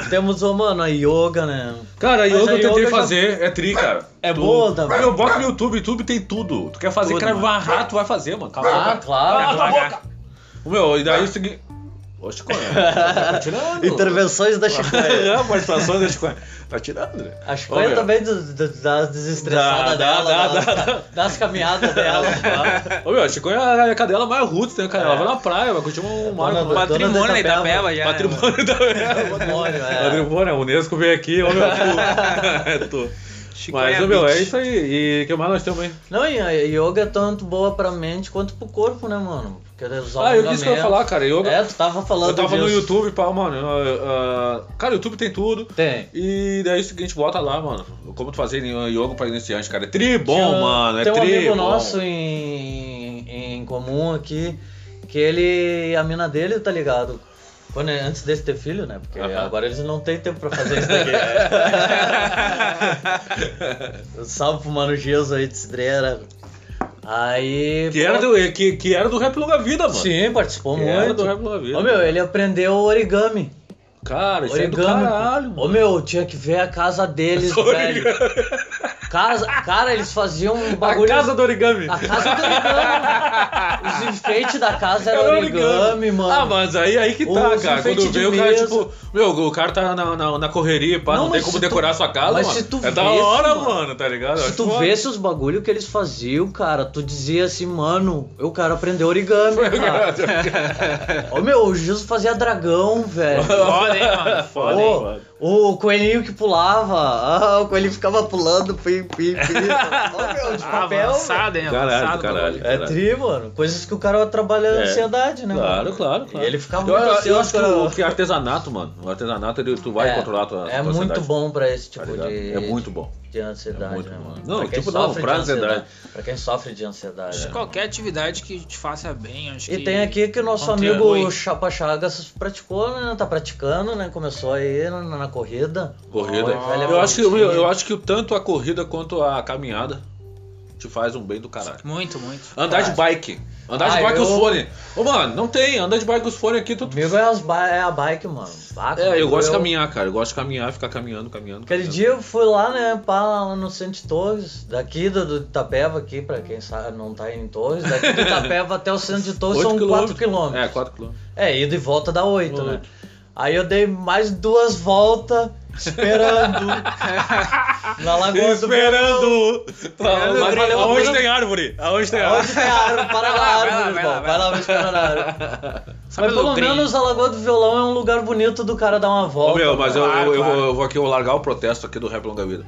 Speaker 2: Temos, ô, mano, a yoga, né?
Speaker 1: Cara,
Speaker 2: Mas
Speaker 1: yoga
Speaker 2: a
Speaker 1: eu tentei
Speaker 2: yoga já-
Speaker 1: fazer, é tri, cara.
Speaker 2: É boa também.
Speaker 1: Eu boto no YouTube, YouTube tem tudo. Tu quer fazer
Speaker 3: Tudo,
Speaker 1: cravo
Speaker 3: mano.
Speaker 1: marrá, tu vai fazer, mano. Cala a
Speaker 2: Ah,
Speaker 1: boca.
Speaker 2: claro.
Speaker 1: Cala a
Speaker 3: Devagar.
Speaker 1: boca. O meu, e daí o seguinte... Oxe, qual é? Tá tirando.
Speaker 2: Intervenções da Chicoia.
Speaker 1: É, participação da Chicoia. Tá tirando, né?
Speaker 2: A
Speaker 1: Ô,
Speaker 2: Chicoia
Speaker 1: meu.
Speaker 2: também do- do- dá as desestressadas
Speaker 1: Dá, dá,
Speaker 2: dela, dá,
Speaker 1: dá,
Speaker 2: as-
Speaker 1: dá.
Speaker 2: dá as caminhadas dela.
Speaker 1: Ô meu, a Chicoia é a cadela mais roots, né, cara? Ela
Speaker 2: É.
Speaker 1: vai na praia, vai curtir um mar.
Speaker 2: Dona do-
Speaker 1: Pat-
Speaker 3: Patrimônio da
Speaker 2: Dona Itapeva.
Speaker 3: Itapeva já. né, mano?
Speaker 1: Patrimônio da
Speaker 2: Patrimônio, é.
Speaker 1: Patrimônio, a Unesco veio aqui, ô meu. tu- tu.
Speaker 3: Chicoia
Speaker 1: Mas, ô meu, é
Speaker 3: Beach.
Speaker 1: isso aí. E o que mais nós temos aí?
Speaker 2: Não, e a yoga é tanto boa pra mente quanto pro corpo, né, mano? Porque resolve
Speaker 1: Ah, eu disse que eu ia falar,
Speaker 2: alongamento.
Speaker 1: cara. Yoga,
Speaker 2: É, tu tava falando
Speaker 1: Eu tava no
Speaker 2: disso.
Speaker 1: YouTube, pá, mano. ah, ah, cara, o YouTube tem tudo.
Speaker 2: Tem.
Speaker 1: E daí é o seguinte, bota lá, mano. Como tu fazer yoga pra iniciante, cara. É tri bom,
Speaker 2: Tinha-
Speaker 1: mano. É
Speaker 2: Tem um
Speaker 1: tri
Speaker 2: amigo
Speaker 1: bom.
Speaker 2: nosso em, em comum aqui, que ele, a mina dele, tá ligado? Quando, é antes dele ter filho, né? Porque
Speaker 1: Aham.
Speaker 2: agora eles não têm tempo pra fazer isso daqui. né? Salve pro Mano Gias aí de Cidreira. Aí.
Speaker 1: Que era,
Speaker 2: pô,
Speaker 1: do, que, que era do Rap Longa Vida, mano.
Speaker 2: Sim, participou
Speaker 1: Que era
Speaker 2: muito.
Speaker 1: do Rap Longa Vida.
Speaker 2: Ô meu, ele aprendeu origami.
Speaker 1: Cara, isso é do
Speaker 2: Origami.
Speaker 1: caralho,
Speaker 2: Ô meu, tinha que ver a casa deles, velho. Casa, cara, eles faziam um
Speaker 1: A
Speaker 2: bagulho.
Speaker 1: casa do origami.
Speaker 2: A casa do origami. Os enfeites da casa era
Speaker 1: Era
Speaker 2: origami, mano.
Speaker 1: Ah, mas aí, aí que tá,
Speaker 2: Os
Speaker 1: cara. Quando
Speaker 2: enfeites de
Speaker 1: vê o cara,
Speaker 2: mesa.
Speaker 1: tipo, meu, o cara tá na, na, na correria, pá,
Speaker 2: Não,
Speaker 1: não, tem
Speaker 2: mas
Speaker 1: como
Speaker 2: se tu-
Speaker 1: decorar a sua casa,
Speaker 2: mas
Speaker 1: mano.
Speaker 2: se tu
Speaker 1: é da
Speaker 2: visse,
Speaker 1: hora,
Speaker 2: mano.
Speaker 1: mano. tá ligado?
Speaker 2: Se
Speaker 1: Acho
Speaker 2: tu
Speaker 1: foda.
Speaker 2: vesse os bagulho que eles faziam, cara, tu dizia assim, mano, eu quero aprender origami, cara. Ô meu, o Jesus fazia dragão, velho.
Speaker 3: Foda, hein, mano. Foda, hein.
Speaker 2: Ô, o coelhinho que pulava, ah, o coelhinho ficava pulando, pim, pim, pim. Ô meu, de papel, velho.
Speaker 3: Ah, Avançado, hein?
Speaker 1: Caralho,
Speaker 3: avançado o
Speaker 1: caralho.
Speaker 3: bagulho.
Speaker 2: É tri, mano. Coisas que o cara trabalha a
Speaker 1: É.
Speaker 2: ansiedade, né?
Speaker 1: Claro,
Speaker 2: mano?
Speaker 1: claro, claro.
Speaker 2: E ele ficava
Speaker 1: eu,
Speaker 2: muito
Speaker 1: eu, eu
Speaker 2: ansioso
Speaker 1: acho que,
Speaker 2: pra-
Speaker 1: o, que é artesanato, mano. O artesanato, ele, tu vai
Speaker 2: É,
Speaker 1: controlar a tua
Speaker 2: É
Speaker 1: tua
Speaker 2: muito
Speaker 1: ansiedade,
Speaker 2: bom pra esse tipo
Speaker 1: tá ligado?
Speaker 2: de.
Speaker 1: É muito bom.
Speaker 2: De ansiedade,
Speaker 1: É muito
Speaker 2: né,
Speaker 1: bom.
Speaker 2: mano?
Speaker 1: Não,
Speaker 2: Pra quem
Speaker 1: tipo, não,
Speaker 2: sofre
Speaker 1: pra
Speaker 2: de
Speaker 1: ansiedade.
Speaker 2: Pra quem sofre de ansiedade.
Speaker 3: Acho que
Speaker 2: né?
Speaker 3: Qualquer atividade que te faça bem, acho que.
Speaker 2: E tem aqui que o nosso
Speaker 3: contribui.
Speaker 2: amigo Chapa Chagas praticou, né? Tá praticando, né? Começou aí na, na corrida.
Speaker 1: Corrida.
Speaker 2: Ó, velho, é
Speaker 1: eu, acho que,
Speaker 2: bonitinho.
Speaker 1: meu, eu acho que tanto a corrida quanto a caminhada te faz um bem do caralho.
Speaker 3: Muito, muito.
Speaker 1: Andar de
Speaker 2: Faz.
Speaker 1: bike. Andar de
Speaker 2: Ah,
Speaker 1: bike com os
Speaker 2: eu-
Speaker 1: fones. Ô, mano, não tem. Andar de bike com os fones aqui, tu...
Speaker 2: Comigo é, as ba- é a bike, mano. Ah,
Speaker 1: É, eu
Speaker 2: comigo
Speaker 1: gosto de caminhar, cara. Eu gosto de caminhar, ficar caminhando, caminhando.
Speaker 2: Aquele
Speaker 1: caminhando.
Speaker 2: dia eu fui lá, né, pá, lá no centro de Torres, daqui do, do Itapeva, aqui, pra quem sabe, não tá em Torres, daqui do Itapeva até o centro de Torres
Speaker 1: Oito
Speaker 2: são 4
Speaker 1: quilômetros.
Speaker 2: km.
Speaker 1: É, 4 km.
Speaker 2: É, ida e volta dá oito, né?
Speaker 1: Oito.
Speaker 2: Aí eu dei mais duas voltas esperando. na Lagoa do
Speaker 1: Esperando!
Speaker 2: Esperando,
Speaker 1: Mas
Speaker 2: Tá, valeu,
Speaker 1: Aonde
Speaker 2: valeu.
Speaker 1: tem árvore? Aonde tem
Speaker 2: Onde é
Speaker 1: árvore?
Speaker 2: tem árvore? Para
Speaker 3: Vai
Speaker 2: na
Speaker 3: lá, vai lá,
Speaker 2: árvore,
Speaker 3: vai
Speaker 2: irmão.
Speaker 3: lá, vai
Speaker 2: Vai lá,
Speaker 3: lá.
Speaker 2: vai esperar na árvore.
Speaker 3: Só
Speaker 2: Mas
Speaker 3: pelo
Speaker 2: pelo
Speaker 3: brilho.
Speaker 2: menos a Lagoa do Violão é um lugar bonito do cara dar uma
Speaker 1: Ô,
Speaker 2: volta.
Speaker 1: meu, mas eu,
Speaker 3: Claro,
Speaker 1: eu- eu
Speaker 3: claro.
Speaker 1: vou, eu vou aqui eu vou largar o protesto aqui do Rap Longa Vida.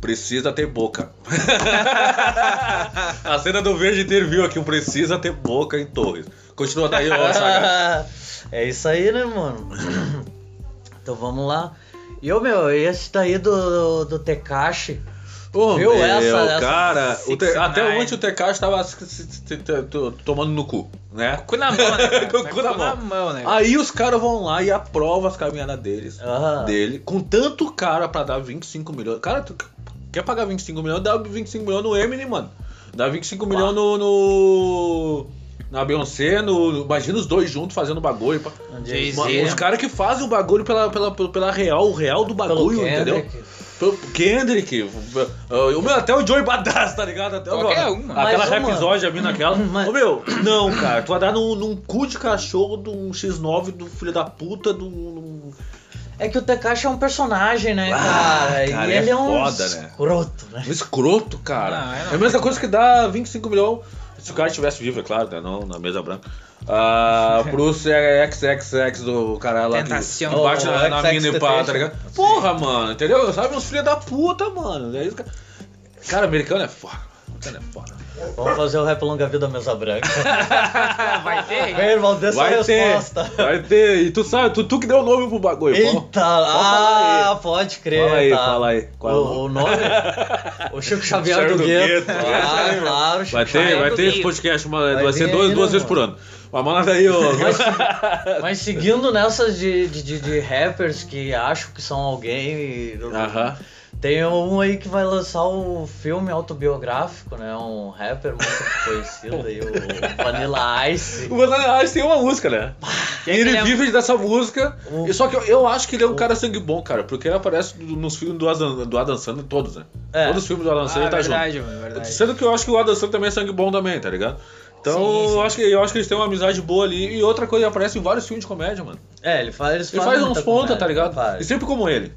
Speaker 1: Precisa ter boca. a cena do verde interviu aqui, o precisa ter boca em Torres. Continua daí, ó, Saga.
Speaker 2: é isso aí, né, mano? Então vamos lá. E eu, meu, esse daí do, do Tekashi Ô,
Speaker 1: Meu,
Speaker 2: meu, essa, essa- Ah,
Speaker 1: cara, o Te-
Speaker 3: Six
Speaker 1: até
Speaker 3: Nine.
Speaker 2: é.
Speaker 1: ontem o TK estava se- se- se- t- t- tomando no cu, né?
Speaker 3: Cu na mão, né? cara?
Speaker 1: Com o
Speaker 3: Tá
Speaker 1: cu na mão. Ah.
Speaker 3: né?
Speaker 1: Aí os caras vão lá e aprovam as caminhadas deles,
Speaker 2: Aham.
Speaker 1: dele, com tanto cara pra dar 25 milhões. Cara, tu quer pagar 25 milhões? Dá 25 milhões no Eminem, mano. Dá 25 milhões no, no- Na Beyoncé, no, no- imagina os dois juntos fazendo bagulho. pá.
Speaker 3: Jay-Z,
Speaker 1: Mano,
Speaker 2: é.
Speaker 3: né?
Speaker 1: os caras que fazem o bagulho pela, pela, pela real, o real do
Speaker 2: Pelo
Speaker 1: bagulho, entendeu?
Speaker 2: Kendrick.
Speaker 1: Pelo Kendrick, o meu, até o Joey Badass, tá ligado? Até o-
Speaker 3: Qualquer um, mano.
Speaker 1: Aquela
Speaker 2: Mas, ô,
Speaker 1: rapzódia mina
Speaker 3: Hum,
Speaker 1: aquela.
Speaker 2: mas-
Speaker 1: Ô meu, não, cara, tu vai dar num, num cu de cachorro de um X9 do filho da puta, do. um-
Speaker 2: É que o Tekashi é um personagem, né,
Speaker 1: Ah,
Speaker 2: cara?
Speaker 1: cara,
Speaker 2: E ele
Speaker 1: é
Speaker 2: é, um
Speaker 1: foda, né?
Speaker 2: escroto, né?
Speaker 1: um escroto, cara.
Speaker 3: Ah, é, não.
Speaker 1: é a mesma coisa que dá 25 milhões. Se o cara estivesse vivo, é claro, né? Não na mesa branca. Ah, pro XXX do cara lá que que
Speaker 3: Tentação.
Speaker 1: bate na,
Speaker 2: Oh,
Speaker 1: na mina e pá,
Speaker 2: XXXTentacion.
Speaker 1: tá ligado? Porra, mano, entendeu? Sabe, uns filhos da puta, mano. É isso, cara. cara, americano é foda. Americano é foda.
Speaker 2: Vamos fazer o rap longa vida mesa branca.
Speaker 3: Ah, vai ter?
Speaker 2: Meu irmão, dê sua
Speaker 1: Vai ter,
Speaker 2: É resposta.
Speaker 1: vai ter. E tu sabe, tu, tu que deu o nome pro bagulho. fala-
Speaker 2: Eita,
Speaker 1: fala
Speaker 2: ah, pode crer.
Speaker 1: Fala aí,
Speaker 2: tá.
Speaker 1: fala aí. Qual é o
Speaker 2: o, o nome? o Chico Xavier
Speaker 1: Xavier
Speaker 2: do,
Speaker 1: do
Speaker 2: Gueto.
Speaker 1: Gueto. é.
Speaker 2: Ah, claro, Chico
Speaker 1: Vai ter,
Speaker 2: Xavier.
Speaker 1: vai
Speaker 3: do
Speaker 1: ter esse
Speaker 3: Rio.
Speaker 1: podcast, uma- vai,
Speaker 2: Vai
Speaker 1: ser
Speaker 2: vir
Speaker 1: dois,
Speaker 2: aí,
Speaker 1: duas
Speaker 2: né,
Speaker 1: vezes por
Speaker 2: mano?
Speaker 1: ano. Mas manda aí, ô.
Speaker 2: Mas, mas seguindo nessas de, de, de, de rappers que acham que são alguém. e-
Speaker 1: Aham.
Speaker 2: Tem um aí que vai lançar o filme autobiográfico, né? Um rapper muito conhecido aí, o Vanilla Ice.
Speaker 1: O Banana Ice tem uma música, né? E
Speaker 3: é que
Speaker 1: ele
Speaker 3: ele é?
Speaker 1: vive dessa música.
Speaker 2: O-
Speaker 1: E Só que eu, eu acho que ele é um cara sangue bom, cara. Porque ele aparece do- nos filmes do Adam, do Adam Sandler, todos, né?
Speaker 2: É.
Speaker 1: Todos os filmes do Adam Sandler
Speaker 3: Ah,
Speaker 1: tá junto.
Speaker 3: verdade, mano, verdade.
Speaker 1: Sendo que eu acho que o Adam Sandler também é sangue bom também, tá ligado? Então
Speaker 3: Sim, sim.
Speaker 1: Eu, acho que, eu acho que eles têm uma amizade boa ali. E outra coisa, ele aparece em vários filmes de comédia, mano.
Speaker 2: É, ele faz, eles
Speaker 1: Ele
Speaker 2: fazem
Speaker 1: faz
Speaker 2: muita
Speaker 1: uns ponta,
Speaker 2: comédia,
Speaker 1: tá ligado?
Speaker 2: faz.
Speaker 1: E sempre como ele.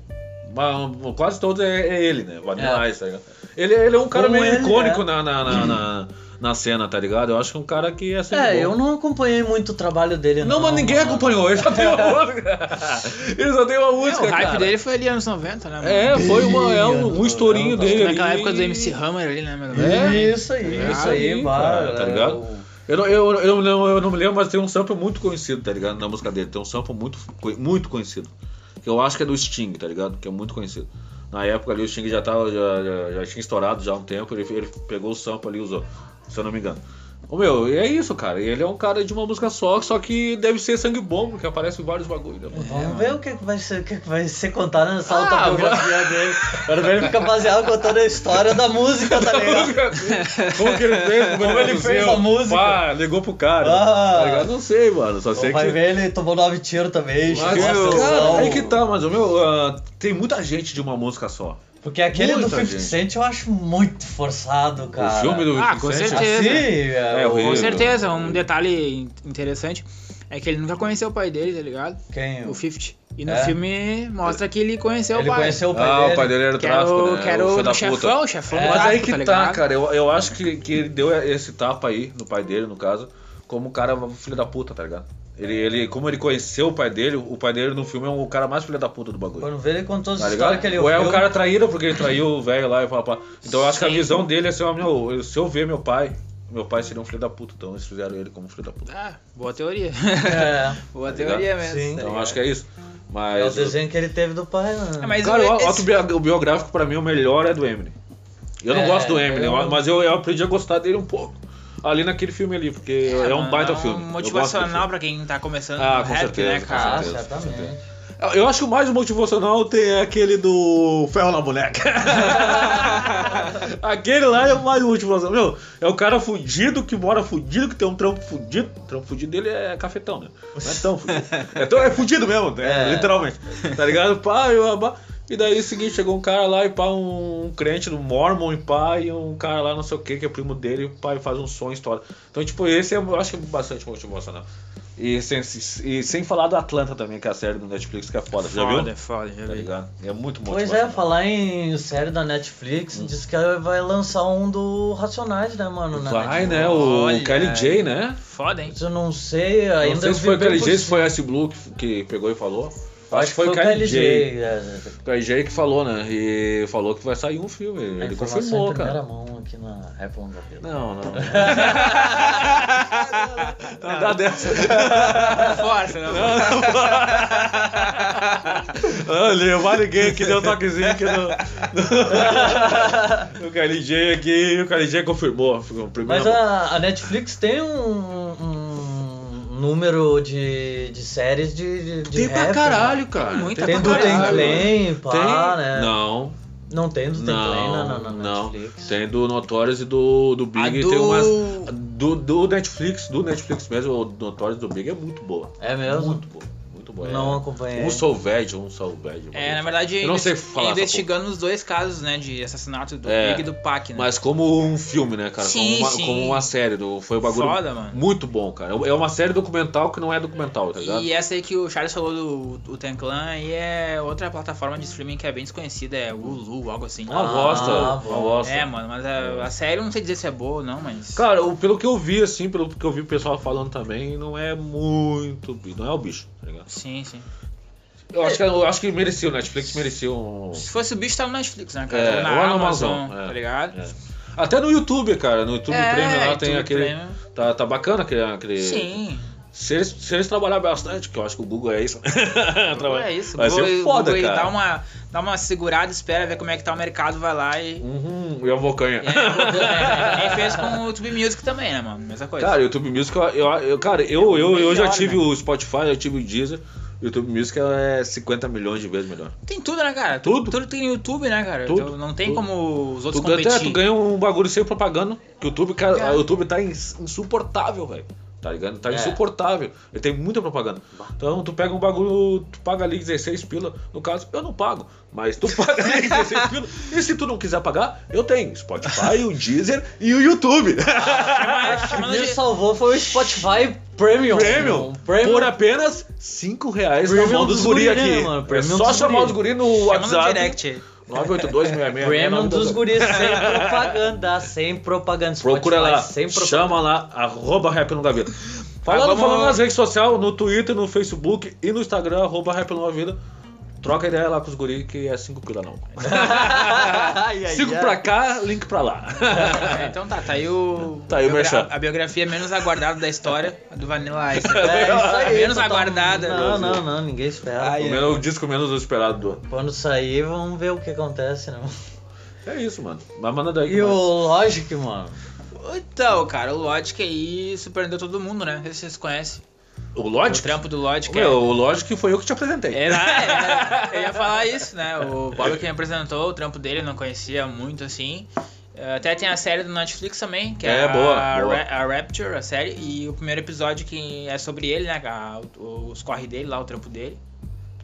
Speaker 1: Mas, quase todo é, é ele, né? Vanilla
Speaker 2: É.
Speaker 1: Ice, tá ligado? Ele, ele é um cara
Speaker 2: Como
Speaker 1: meio
Speaker 2: ele,
Speaker 1: icônico
Speaker 2: é.
Speaker 1: na, na, na, na, na cena, tá ligado? Eu acho que é um cara que é sempre
Speaker 2: É,
Speaker 1: bom.
Speaker 2: eu não acompanhei muito o trabalho dele, não. É.
Speaker 1: Não, mas ninguém
Speaker 2: mano.
Speaker 1: acompanhou, ele só tem uma música. Ele só tem uma
Speaker 3: É,
Speaker 1: música,
Speaker 3: o hype
Speaker 1: cara.
Speaker 3: dele foi ali anos 90, né? mano?
Speaker 1: É, foi uma, é um, um estourinho
Speaker 2: Acho que
Speaker 1: dele
Speaker 3: Naquela
Speaker 1: ali.
Speaker 3: época do MC Hammer ali, né, meu?
Speaker 2: Isso aí,
Speaker 1: É
Speaker 2: isso aí,
Speaker 1: aí,
Speaker 2: mano.
Speaker 1: cara, tá ligado? Eu, não- eu, eu, não, eu não me lembro, mas tem um sample muito conhecido, tá ligado? Na música dele. Tem um sample muito, co- muito conhecido. Que eu acho que é do Sting, tá ligado? Que é muito conhecido. Na época ali o Sting já, tava, já, já, já tinha estourado já há um tempo. Ele, ele pegou o sample ali e usou. Se eu não me engano. Ô meu, e é isso, cara. Ele é um cara de uma música só, só que deve ser sangue bom, porque aparece vários bagulhos. Né? mano?
Speaker 2: Vamos ver o que, que vai ser, o que, que vai ser contado nessa
Speaker 1: Ah,
Speaker 2: autobiografia dele. Quero ver ele fica baseado contando a história da música, tá ligado?
Speaker 1: Como que ele fez?
Speaker 2: Como ele fez
Speaker 1: aconteceu?
Speaker 2: a música?
Speaker 1: Pá, ligou pro cara.
Speaker 2: Ah.
Speaker 1: Tá ligado? Não sei, mano. Só sei
Speaker 2: Vai
Speaker 1: que.
Speaker 2: ver, ele tomou nove tiros também,
Speaker 1: Mas,
Speaker 2: chegou
Speaker 1: meu,
Speaker 2: a
Speaker 1: cara,
Speaker 3: é
Speaker 2: sessão.
Speaker 1: aí que tá, mas o meu, ah, tem muita gente de uma música só.
Speaker 2: Porque aquele do
Speaker 1: Muita
Speaker 2: 50
Speaker 1: gente.
Speaker 2: Cent eu acho muito forçado, cara.
Speaker 1: o filme do
Speaker 3: Ah,
Speaker 1: 50
Speaker 3: com
Speaker 1: Cent?
Speaker 3: certeza.
Speaker 2: Assim, é,
Speaker 1: É, horrível.
Speaker 3: Com certeza, um detalhe in- interessante é que ele nunca conheceu o pai dele, tá ligado?
Speaker 2: Quem?
Speaker 3: O 50. E no
Speaker 2: É.
Speaker 3: filme mostra que ele conheceu
Speaker 2: Ele
Speaker 3: o pai.
Speaker 2: conheceu o pai
Speaker 1: Ah,
Speaker 2: dele.
Speaker 1: o pai dele era o
Speaker 3: Que era
Speaker 1: tráfico,
Speaker 3: o-
Speaker 1: né?
Speaker 3: que era o
Speaker 1: filho da
Speaker 3: chefão,
Speaker 1: puta.
Speaker 3: chefão do
Speaker 1: Mas aí
Speaker 3: tráfico,
Speaker 1: que
Speaker 3: tá
Speaker 1: tá,
Speaker 3: ligado?
Speaker 1: cara. Eu, eu acho que, que ele deu esse tapa aí no pai dele, no caso, como um cara filho da puta, tá ligado? Ele, ele, como ele conheceu o pai dele, o pai dele no filme é o cara mais filho da puta do bagulho.
Speaker 2: Quando vê ele contou as
Speaker 1: Tá
Speaker 2: histórias
Speaker 1: ligado?
Speaker 2: que ele
Speaker 1: Ou é o
Speaker 2: ouviu.
Speaker 1: cara traíra porque ele traiu o velho lá e fala, pá. Então eu acho que a
Speaker 3: Sim.
Speaker 1: visão dele é assim, ó, meu, se eu ver meu pai, meu pai seria um filho da puta. Então eles fizeram ele como filho da puta.
Speaker 3: Ah, boa teoria.
Speaker 2: É,
Speaker 3: boa
Speaker 1: Tá
Speaker 3: teoria
Speaker 1: ligado?
Speaker 3: mesmo.
Speaker 2: Sim.
Speaker 3: tá
Speaker 1: Então eu
Speaker 3: ligado?
Speaker 1: acho que é isso.
Speaker 2: é o
Speaker 1: Mas.
Speaker 2: desenho que ele teve do pai, né? mano.
Speaker 3: É, mas
Speaker 1: Cara,
Speaker 3: o-
Speaker 1: o,
Speaker 3: esse-
Speaker 1: autobi- o biográfico pra mim o melhor é do Eminem. Eu não
Speaker 2: É,
Speaker 1: gosto do Eminem,
Speaker 2: eu-
Speaker 1: mas eu, eu aprendi a gostar dele um pouco. Ali naquele filme ali, porque é, um baita filme. Eu gosto do
Speaker 3: Ah, motivacional
Speaker 1: filme.
Speaker 3: pra quem tá começando
Speaker 1: Ah,
Speaker 3: no
Speaker 1: com
Speaker 3: rap,
Speaker 1: certeza,
Speaker 3: né,
Speaker 1: com
Speaker 2: Ah,
Speaker 3: cara?
Speaker 1: certeza.
Speaker 2: certamente.
Speaker 1: Eu- Eu acho que o mais motivacional tem aquele do Ferro na Boneca. aquele lá é o mais motivacional. Meu, é o cara fudido que mora fudido, que tem um trampo fudido. O trampo fudido dele é cafetão, né? Não é tão fudido. É, tão, é fudido mesmo, é,
Speaker 2: É.
Speaker 1: literalmente. Tá ligado? Pá, eu, pá. E daí, seguinte, chegou um cara lá e pá, um, crente do Mormon e pá, e um cara lá, não sei o que, que é primo dele, e pá, e faz um som e estoura. Então, tipo, esse é, eu acho que é bastante motivacional. E sem, e sem falar do Atlanta também, que é a série do Netflix, que é foda. Já viu?
Speaker 3: Foda, foda, já
Speaker 1: Tá
Speaker 3: vi.
Speaker 1: ligado? É muito
Speaker 2: Pois
Speaker 1: motivacional.
Speaker 2: é, falar em série da Netflix,
Speaker 1: Hum.
Speaker 2: diz que ela vai lançar um do Racionais, né, mano? na
Speaker 1: Vai,
Speaker 2: Netflix.
Speaker 1: né? O
Speaker 3: Olha.
Speaker 1: Kelly J, né?
Speaker 3: Foda, hein?
Speaker 2: Eu não sei, ainda
Speaker 1: Não sei
Speaker 2: eu
Speaker 1: se
Speaker 2: vi
Speaker 1: foi o
Speaker 2: bem
Speaker 1: Kelly
Speaker 2: por
Speaker 1: J, se
Speaker 2: cima.
Speaker 1: foi a S Blue que, que pegou e falou. Acho que foi o Kelly
Speaker 2: Kylie
Speaker 1: J.
Speaker 2: J, é.
Speaker 1: Kelly J que falou, né? E falou que vai sair um filme. Ele
Speaker 2: Informação
Speaker 1: confirmou,
Speaker 2: em primeira
Speaker 1: cara.
Speaker 2: mão aqui na Apple Longa Vida.
Speaker 1: Não, não. Não dá dessa. É.
Speaker 3: Força, né?
Speaker 1: Olha, levar ninguém que deu um toquezinho aqui no. O KLJ aqui, o KLJ confirmou. ficou primeiro
Speaker 2: Mas ah,
Speaker 1: na-
Speaker 2: a, a Netflix tem um, um número de, de séries de, de de
Speaker 1: É, Tem pra
Speaker 2: rap,
Speaker 1: caralho,
Speaker 2: né?
Speaker 1: cara.
Speaker 3: muita
Speaker 2: Tem
Speaker 1: pra
Speaker 2: do Tem
Speaker 1: caralho.
Speaker 2: Clan, pá,
Speaker 1: Tem-
Speaker 2: né?
Speaker 1: Não,
Speaker 2: Não tem do Tem Play na, na,
Speaker 1: não,
Speaker 2: na
Speaker 1: não.
Speaker 2: Netflix.
Speaker 1: Tem do Notorious e do, do Big.
Speaker 3: A
Speaker 1: e Tem
Speaker 3: do-
Speaker 1: umas. Do, do Netflix, do Netflix mesmo, o Notorious do Big é muito boa.
Speaker 2: É mesmo?
Speaker 1: Muito boa. Muito boa.
Speaker 2: Não
Speaker 1: é.
Speaker 2: acompanhei.
Speaker 1: Um sou bad, um sou bad.
Speaker 3: É, na verdade,
Speaker 1: Eu não sei
Speaker 3: investi-
Speaker 1: falar essa
Speaker 3: investigando os dois casos, né, de assassinato do
Speaker 1: É.
Speaker 3: Big e do Pac, né?
Speaker 1: Mas como um filme, né, cara?
Speaker 3: Sim,
Speaker 1: como, uma,
Speaker 3: sim.
Speaker 1: como uma série. do- Foi um bagulho
Speaker 3: Foda, mano.
Speaker 1: muito bom, cara. É uma série documental que não é documental, tá ligado?
Speaker 3: E essa aí que o Charles falou do o Ten Clan aí é outra plataforma de streaming que é bem desconhecida, é Hulu, algo assim.
Speaker 1: Uma
Speaker 2: Ah,
Speaker 1: bosta, uma
Speaker 2: bom.
Speaker 1: bosta.
Speaker 3: é, mano, mas a, a série eu não sei dizer se é boa ou não, mas.
Speaker 1: Cara, o- pelo que eu vi, assim, pelo que eu vi o pessoal falando também, não é muito. Não é o bicho, tá ligado?
Speaker 3: Sim, sim.
Speaker 1: Eu acho que, eu acho que merecia, o Netflix merecia um.
Speaker 3: Se fosse o bicho, tava no Netflix, né, cara?
Speaker 1: É, ou
Speaker 3: Tava na
Speaker 1: na
Speaker 3: Amazon,
Speaker 1: Amazon, é.
Speaker 3: tá ligado?
Speaker 1: É. Até no YouTube, cara. No YouTube
Speaker 3: É,
Speaker 1: Premium lá
Speaker 3: YouTube
Speaker 1: tem aquele.
Speaker 3: Premium.
Speaker 1: Tá, tá bacana aquele. aquele...
Speaker 3: Sim.
Speaker 1: Se eles, se eles trabalharem bastante, que eu acho que o Google é isso. Trabalha-
Speaker 3: É isso.
Speaker 1: Vai
Speaker 3: Google,
Speaker 1: ser foda,
Speaker 3: Google aí
Speaker 1: cara.
Speaker 3: Dá uma, dá uma segurada, espera ver como é que tá o mercado, vai lá e.
Speaker 1: Uhum, e a Volcanha.
Speaker 3: É, é, quem fez com o YouTube Music também, né, mano? Mesma coisa.
Speaker 1: Cara, YouTube Music, eu, eu- cara, eu, eu, eu já
Speaker 3: É Melhor,
Speaker 1: tive
Speaker 3: né?
Speaker 1: o Spotify, eu tive o Deezer. YouTube Music é 50 milhões de vezes melhor.
Speaker 3: Tem tudo, né, cara? Tu-
Speaker 1: Tudo.
Speaker 3: Tudo tem no YouTube, né, cara?
Speaker 1: Tudo,
Speaker 3: Então não tem
Speaker 1: tudo.
Speaker 3: como os
Speaker 1: Tu
Speaker 3: outros
Speaker 1: ganha, até- tu
Speaker 3: competirem.
Speaker 1: ganha um bagulho sem propaganda. Que o YouTube, cara,
Speaker 3: Cara.
Speaker 1: o YouTube tá ins- insuportável, velho. Tá ligado? Tá
Speaker 2: É.
Speaker 1: insuportável. Ele tem muita propaganda. Então tu pega um bagulho, tu paga ali 16 pila. No caso, eu não pago. Mas tu paga ali 16 pila. E se tu não quiser pagar, eu tenho. Spotify, o Deezer e o YouTube.
Speaker 2: O que me
Speaker 3: Chama- chama Ah, de-
Speaker 2: Ah, salvou foi o Spotify Premium.
Speaker 1: Premium,
Speaker 2: Um Premium.
Speaker 1: por apenas 5 reais na
Speaker 2: Premium
Speaker 1: mão dos
Speaker 2: dos
Speaker 1: guri
Speaker 2: guri,
Speaker 1: aqui.
Speaker 2: né, mano?
Speaker 1: É
Speaker 2: Premium
Speaker 1: só
Speaker 2: dos
Speaker 1: chamar
Speaker 2: guri.
Speaker 1: os guri no
Speaker 3: chama no
Speaker 1: WhatsApp.
Speaker 3: direct. né?
Speaker 1: 982 66
Speaker 2: Premium dos guris sem propaganda, sem propaganda.
Speaker 1: Procura
Speaker 2: Spotify
Speaker 1: lá,
Speaker 2: Sem propaganda.
Speaker 1: chama lá, arroba rap no Gaveta. Falando,
Speaker 3: vamos-
Speaker 1: falando nas redes sociais, no Twitter, no Facebook e no Instagram, arroba rap no Gaveta. Troca ideia lá com os guri que é 5 pila não. 5 pra cá, link pra lá.
Speaker 3: É, então tá, tá aí o.
Speaker 1: Tá aí o
Speaker 3: a biogra-
Speaker 1: merchan.
Speaker 3: A biografia menos aguardada da história, a do Vanilla Ice.
Speaker 2: É isso aí.
Speaker 3: Menos
Speaker 1: tá
Speaker 2: total-
Speaker 3: aguardada.
Speaker 2: Não, não, não, ninguém espera.
Speaker 3: Ai,
Speaker 1: o,
Speaker 3: é.
Speaker 1: menos, o disco menos esperado do ano.
Speaker 2: Quando sair, vamos ver o que acontece, né?
Speaker 1: É isso, mano. Mas manda daí.
Speaker 2: E o
Speaker 1: mano.
Speaker 2: Logic, mano.
Speaker 3: Então, cara, o Logic aí surpreendeu todo mundo, né? Não sei se vocês conhecem.
Speaker 1: o
Speaker 3: O
Speaker 1: Logic?
Speaker 3: trampo do Logic
Speaker 1: Meu, o Logic foi eu que te apresentei.
Speaker 3: é. Era, era, eu ia falar isso, né? O Bob que me apresentou o trampo dele, eu não conhecia muito assim. Eh, Até tem a série do Netflix também, que é,
Speaker 1: É, boa,
Speaker 3: a,
Speaker 1: boa.
Speaker 3: Ra- a Rapture, a série, e o primeiro episódio que é sobre ele, né? a- o- os corre dele lá, o trampo dele,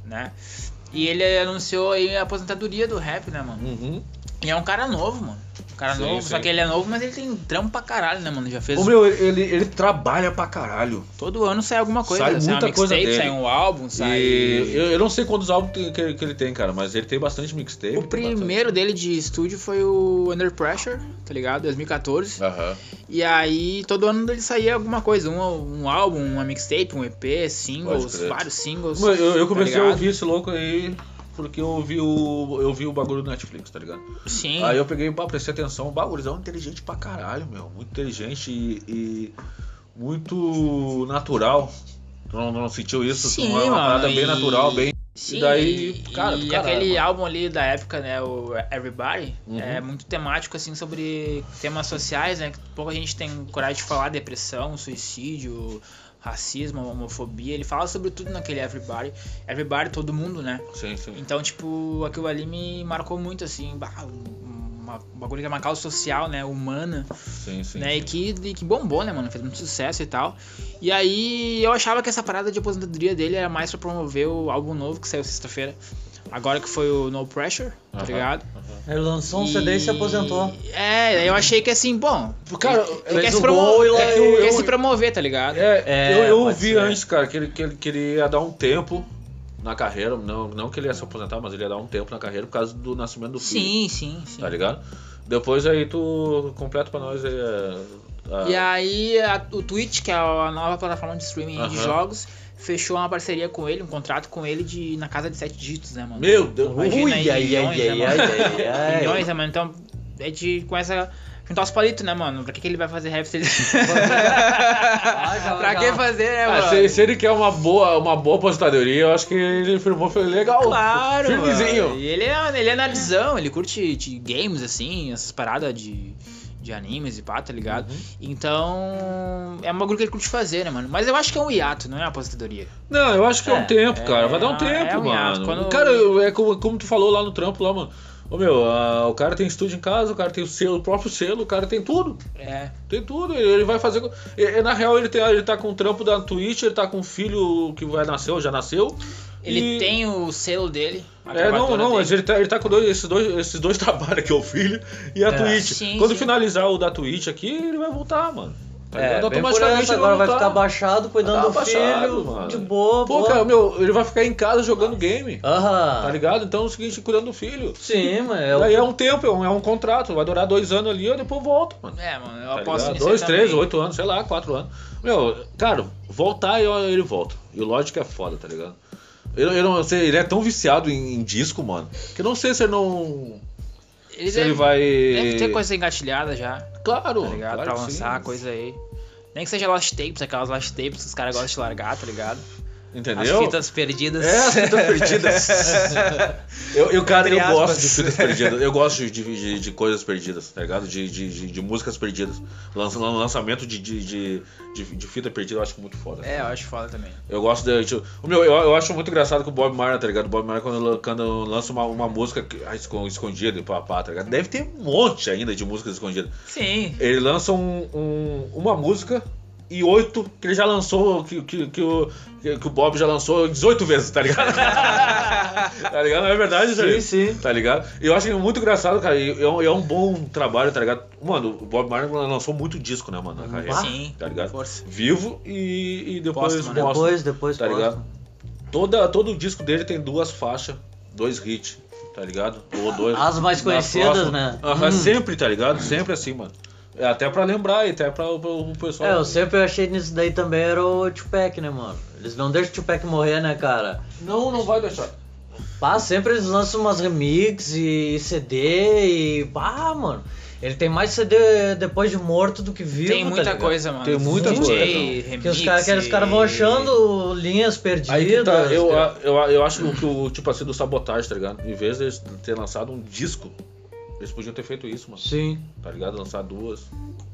Speaker 3: né? E ele anunciou aí a aposentadoria do rap, né, mano?
Speaker 1: Uhum.
Speaker 3: E é um cara novo, mano. Um cara
Speaker 1: Sim,
Speaker 3: novo, só
Speaker 1: sim.
Speaker 3: que ele é novo, mas ele tem trampo pra caralho, né, mano? Já fez.
Speaker 1: Ô, meu, ele, ele trabalha pra caralho.
Speaker 3: Todo ano sai alguma coisa,
Speaker 1: Sai
Speaker 3: sai
Speaker 1: muita
Speaker 3: uma
Speaker 1: coisa
Speaker 3: mixtape,
Speaker 1: dele.
Speaker 3: sai um álbum, sai.
Speaker 1: E eu, eu não sei quantos álbuns que, que- que ele tem, cara, mas ele tem bastante mixtape.
Speaker 3: O primeiro dele de estúdio foi o Under Pressure, tá ligado? 2014.
Speaker 1: Tem bastante- Aham.
Speaker 3: E aí, todo ano ele saía alguma coisa, um, um álbum, uma mixtape, um EP, singles,
Speaker 1: Pode crer.
Speaker 3: vários singles.
Speaker 1: Mano, Eu, eu
Speaker 3: tá
Speaker 1: comecei a
Speaker 3: ligado?
Speaker 1: ouvir esse louco aí porque eu vi o, eu vi o bagulho do Netflix, tá ligado?
Speaker 3: Sim.
Speaker 1: Aí eu peguei, pá, prestei atenção, o bagulho é um inteligente pra caralho, meu. Muito inteligente e, e muito natural. Tu não, não sentiu isso?
Speaker 3: Sim,
Speaker 1: uma, uma
Speaker 3: mano,
Speaker 1: parada bem
Speaker 3: e-
Speaker 1: natural, bem.
Speaker 3: Sim,
Speaker 1: e daí, cara, do
Speaker 3: e
Speaker 1: caralho,
Speaker 3: aquele
Speaker 1: mano.
Speaker 3: álbum ali da época, né, o Everybody,
Speaker 1: Uhum.
Speaker 3: é muito temático, assim, sobre temas sociais, né, que pouca gente tem coragem de falar, depressão, suicídio, racismo, homofobia, ele fala sobre tudo naquele Everybody, Everybody, todo mundo, né,
Speaker 1: Sim, sim.
Speaker 3: então, tipo, aquilo ali me marcou muito, assim, bah, um- uma, um bagulho que é uma causa social, né, humana,
Speaker 1: Sim, sim.
Speaker 3: né,
Speaker 1: sim.
Speaker 3: E, que, e que bombou, né, mano, fez muito sucesso e tal. E aí eu achava que essa parada de aposentadoria dele era mais pra promover o álbum novo que saiu sexta-feira. Agora que foi o No Pressure, tá
Speaker 1: Aham.
Speaker 3: ligado?
Speaker 2: Ele lançou um CD e se aposentou.
Speaker 3: É, daí eu achei que assim, bom,
Speaker 1: Cara,
Speaker 3: ele quer
Speaker 2: fez
Speaker 3: se,
Speaker 2: o
Speaker 3: promo-
Speaker 2: gol e lá-
Speaker 3: quer-
Speaker 1: eu-
Speaker 3: quer
Speaker 1: eu-
Speaker 3: se promover, tá ligado?
Speaker 1: É,
Speaker 2: É,
Speaker 1: eu, eu
Speaker 2: pode
Speaker 1: ouvi
Speaker 2: ser.
Speaker 1: antes, cara, que ele, que, ele, que ele ia dar um tempo na carreira. Não, não que ele ia se aposentar, mas ele ia dar um tempo na carreira por causa do nascimento do filho.
Speaker 3: Sim, sim, sim.
Speaker 1: Tá ligado? Depois aí tu completa pra nós aí. é, a-
Speaker 3: E aí a- o Twitch, que é a nova plataforma de streaming de
Speaker 1: Aham.
Speaker 3: jogos, fechou uma parceria com ele, um contrato com ele de na casa de sete dígitos, né, mano?
Speaker 1: Meu Deus,
Speaker 3: Imagina
Speaker 2: Ui,
Speaker 3: aí,
Speaker 2: ai, ai,
Speaker 3: milhões,
Speaker 2: ai,
Speaker 3: né, mano?
Speaker 2: ai,
Speaker 3: é
Speaker 2: ai, ai.
Speaker 3: milhões, né, mano? Então, a gente começa juntar os palitos, né, mano? Pra que, que ele vai fazer rap se ele.
Speaker 2: Ah, já-
Speaker 3: pra
Speaker 2: já-
Speaker 3: que fazer, né,
Speaker 1: Ah,
Speaker 3: mano?
Speaker 1: se, se ele quer uma boa, uma boa aposentadoria, eu acho que ele firmou foi legal.
Speaker 3: Claro,
Speaker 1: Firmezinho.
Speaker 3: mano. E ele é, ele é nerdzão, ele curte de games, assim, essas paradas de, de animes e pá, tá ligado? Então, é um bagulho que ele curte fazer, né, mano? Mas eu acho que é um hiato, não é uma aposentadoria.
Speaker 1: Não, eu acho que é, um
Speaker 3: É,
Speaker 1: tempo,
Speaker 3: é,
Speaker 1: cara. Vai dar um
Speaker 3: é
Speaker 1: tempo,
Speaker 3: um hiato.
Speaker 1: mano.
Speaker 3: Quando-
Speaker 1: Cara, eu- é como, como tu falou lá no trampo, lá, mano. Ô, meu, ah, o cara tem estúdio em casa, o cara tem o selo, o próprio selo, o cara tem tudo.
Speaker 3: É.
Speaker 1: Tem tudo, ele ele vai fazer. co- e- e, na real, ele, tem, ele tá com o trampo da Twitch, ele tá com um filho que vai nascer ou já nasceu.
Speaker 3: Ele
Speaker 1: e-
Speaker 3: tem o selo dele. a
Speaker 1: É, não,
Speaker 3: gravatora
Speaker 1: não,
Speaker 3: dele.
Speaker 1: mas ele tá, ele tá com dois, esses, dois, esses dois trabalhos que é o filho e a Twitch.
Speaker 3: Sim,
Speaker 1: Quando
Speaker 3: sim.
Speaker 1: finalizar o da Twitch aqui, ele vai voltar, mano. Tá
Speaker 2: É,
Speaker 1: ligado?
Speaker 2: bem por
Speaker 1: Automaticamente
Speaker 2: essa,
Speaker 1: ele
Speaker 2: agora vai
Speaker 1: voltar.
Speaker 2: ficar baixado, cuidando do
Speaker 1: Tá abaixado,
Speaker 2: filho,
Speaker 1: mano.
Speaker 2: de boa,
Speaker 1: Pô,
Speaker 2: boa.
Speaker 1: cara, meu, ele vai ficar em casa jogando game. Tá
Speaker 2: Aham.
Speaker 1: ligado? Então é o seguinte, cuidando do filho.
Speaker 2: Sim, mano. é o-
Speaker 1: Aí é um tempo, é um, é um contrato. Vai durar dois anos ali, eu depois volto, mano.
Speaker 3: É, mano, eu
Speaker 1: Tá
Speaker 3: aposto
Speaker 1: ligado?
Speaker 3: nisso. aí
Speaker 1: Dois, três,
Speaker 3: também.
Speaker 1: oito anos, sei lá, quatro anos. Meu, cara, voltar eu- ele volta. E o Logic é foda, tá ligado? Eu, eu não sei, ele é tão viciado em, em disco, mano, que eu não sei se ele não.
Speaker 3: Ele
Speaker 1: se ele é-
Speaker 3: deve,
Speaker 1: vai.
Speaker 3: deve ter coisa engatilhada já, tá
Speaker 1: Claro,
Speaker 3: ligado?
Speaker 1: claro
Speaker 3: pra
Speaker 1: que
Speaker 3: lançar,
Speaker 1: sim.
Speaker 3: coisa aí. Nem que seja Lost Tapes, aquelas Lost Tapes que os caras gostam de largar, tá ligado?
Speaker 1: Entendeu?
Speaker 3: As fitas perdidas.
Speaker 1: É, as fitas perdidas. eu, eu, cara,
Speaker 3: Entre
Speaker 1: eu
Speaker 3: aspas.
Speaker 1: gosto de fitas perdidas. Eu gosto de, de, de- de coisas perdidas, tá ligado? De, de, de, de músicas perdidas. Lança- Lançamento de, de, de, de, de fita perdida eu acho muito foda.
Speaker 3: É, eu acho foda também.
Speaker 1: Eu gosto de. Tipo, o meu, eu, eu acho muito engraçado que o Bob Marley, tá ligado? O Bob Marley quando, lan- quando lança uma, uma música que- ah, esco- escondida e papá, tá ligado? Deve ter um monte ainda de músicas escondidas.
Speaker 3: Sim.
Speaker 1: Ele lança um- um- uma música e oito que ele já lançou, que, que, que o, que, que o Bob já lançou 18 vezes, tá ligado? tá ligado? Não é verdade,
Speaker 2: Sim,
Speaker 1: Jair?
Speaker 2: sim.
Speaker 1: Tá ligado? E eu acho muito engraçado, cara. E é um, é um bom trabalho, tá ligado? Mano, o Bob Marley lançou muito disco, né, mano? Na
Speaker 2: Uhum.
Speaker 1: carreira,
Speaker 3: Sim.
Speaker 1: Tá ligado?
Speaker 3: Força.
Speaker 1: Vivo e, e depois
Speaker 3: Póstumo, né?
Speaker 1: mostra,
Speaker 2: Depois, depois,
Speaker 1: Tá
Speaker 2: próximo.
Speaker 1: ligado? Toda, todo o disco dele tem duas faixas, dois hits, tá ligado? Ou dois.
Speaker 2: As mais
Speaker 1: Na
Speaker 2: conhecidas,
Speaker 1: próxima.
Speaker 2: né?
Speaker 1: Aham,
Speaker 2: Hum.
Speaker 1: Sempre, tá ligado? Sempre assim, mano. É até pra lembrar e até pra o- o o pessoal.
Speaker 2: É, eu sempre achei nisso daí também era o Tupac, né, mano? Eles não deixam o Tupac morrer, né, cara?
Speaker 1: Não, não vai deixar.
Speaker 2: Pá, sempre eles lançam umas remix e CD e. Pá, mano. Ele tem mais CD depois de morto do que vivo.
Speaker 3: Tem
Speaker 2: tá
Speaker 3: muita
Speaker 2: ligado?
Speaker 3: coisa, mano.
Speaker 1: Tem muita coisa,
Speaker 3: DJ,
Speaker 1: não.
Speaker 3: remix.
Speaker 2: Que os caras os cara vão
Speaker 3: e-
Speaker 2: achando linhas perdidas.
Speaker 1: Aí que tá, eu, eu, eu acho que o tipo assim do sabotagem, tá ligado? Em vez de ter lançado um disco, eles podiam ter feito isso, mano.
Speaker 2: Sim.
Speaker 1: Tá ligado? Lançar duas.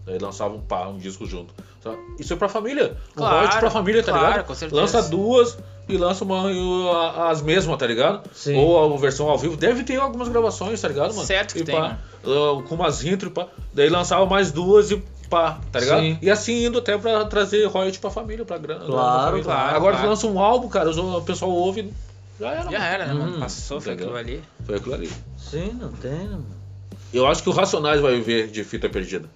Speaker 1: Aí lançava um par, um disco junto. Só- Isso é pra família.
Speaker 3: Claro,
Speaker 1: um bote pra família, tá
Speaker 3: claro,
Speaker 1: ligado?
Speaker 3: com certeza.
Speaker 1: lança duas e lança uma, e a- as mesmas, tá ligado?
Speaker 2: Sim.
Speaker 1: Ou a versão ao vivo. Deve ter algumas gravações, tá ligado, mano?
Speaker 3: Certo que
Speaker 1: e
Speaker 3: tem, né?
Speaker 1: pá, ah, Com umas intro e pá. Daí lançava mais duas e pá, tá ligado?
Speaker 2: Sim.
Speaker 1: E assim indo até pra trazer royalty pra família, pra grana.
Speaker 2: Claro,
Speaker 1: pra família.
Speaker 3: claro,
Speaker 1: Agora
Speaker 3: claro.
Speaker 1: lança um álbum, cara, o pessoal ouve. Já era,
Speaker 3: Já
Speaker 1: mano.
Speaker 3: era, né,
Speaker 2: Hum,
Speaker 3: mano? Passou, foi
Speaker 1: legal.
Speaker 3: aquilo ali.
Speaker 1: Foi aquilo ali.
Speaker 2: Sim, não tem, né, mano?
Speaker 1: Eu acho que o Racionais vai viver de fita perdida.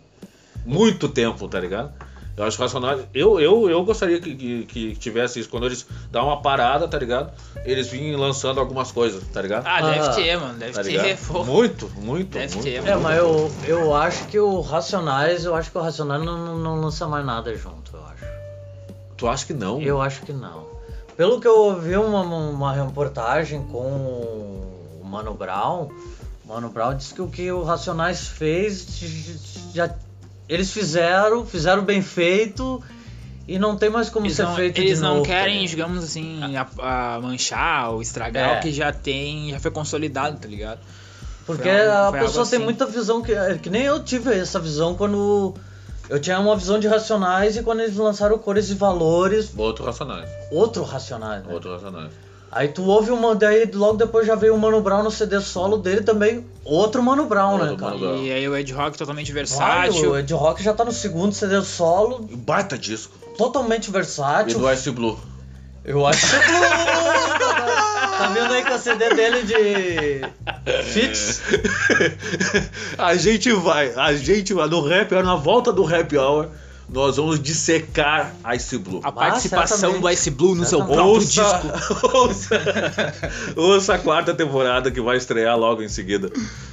Speaker 1: Muito tempo, tá ligado? Eu acho que o Racionais. Eu, eu, eu gostaria que, que, que tivesse isso. Quando eles dão uma parada, tá ligado? Eles vinham lançando algumas coisas, tá ligado?
Speaker 3: Ah,
Speaker 2: Ah,
Speaker 3: deve ter, mano. Deve
Speaker 1: tá
Speaker 3: ter.
Speaker 1: ligado?
Speaker 3: Pô.
Speaker 1: Muito, muito.
Speaker 3: Deve
Speaker 1: muito,
Speaker 3: ter,
Speaker 1: muito.
Speaker 2: É, mas eu, eu acho que o Racionais, eu acho que o Racionais não, não, não lança mais nada junto, eu acho.
Speaker 1: Tu acha que não?
Speaker 2: Eu acho que não. Pelo que eu ouvi uma, uma reportagem com o Mano Brown, o Mano Brown disse que o que o Racionais fez já eles fizeram, fizeram bem feito e não tem mais como
Speaker 3: Eles
Speaker 2: ser
Speaker 3: não,
Speaker 2: feito
Speaker 3: eles
Speaker 2: de
Speaker 3: não
Speaker 2: novo,
Speaker 3: querem,
Speaker 2: tá ligado?
Speaker 3: digamos assim, a, a manchar ou estragar
Speaker 2: É.
Speaker 3: o que já tem, já foi consolidado, tá ligado?
Speaker 2: Porque
Speaker 3: Foi algo-
Speaker 2: a
Speaker 3: foi
Speaker 2: pessoa
Speaker 3: algo
Speaker 2: tem
Speaker 3: assim.
Speaker 2: muita visão que é, que nem eu tive essa visão quando eu tinha uma visão de Racionais e quando eles lançaram Cores e Valores,
Speaker 1: Outro Racionais.
Speaker 2: outro Racionais, né?
Speaker 1: Outro Racionais.
Speaker 2: Aí tu ouve uma, daí logo depois já veio o Mano Brown no CD solo dele também, outro Mano Brown,
Speaker 1: Outro
Speaker 2: né, cara?
Speaker 1: Mano Brown.
Speaker 3: E aí o Ed Rock totalmente
Speaker 2: Vai,
Speaker 3: versátil.
Speaker 2: o Ed Rock já tá no segundo CD solo,
Speaker 1: E Baita disco.
Speaker 2: totalmente
Speaker 1: E
Speaker 2: versátil.
Speaker 1: do Ice Blue.
Speaker 2: Eu acho que tá, tá vindo aí com o CD dele de Fits.
Speaker 1: a gente vai, a gente vai no rap hour, na volta do rap hour, nós vamos dissecar Ice Blue.
Speaker 3: A
Speaker 2: Mas,
Speaker 3: participação do
Speaker 2: certamente.
Speaker 3: Ice Blue no seu
Speaker 2: Certamente.
Speaker 3: próprio
Speaker 1: Ouça,
Speaker 3: disco.
Speaker 1: ouça, ouça a quarta temporada que vai estrear logo em seguida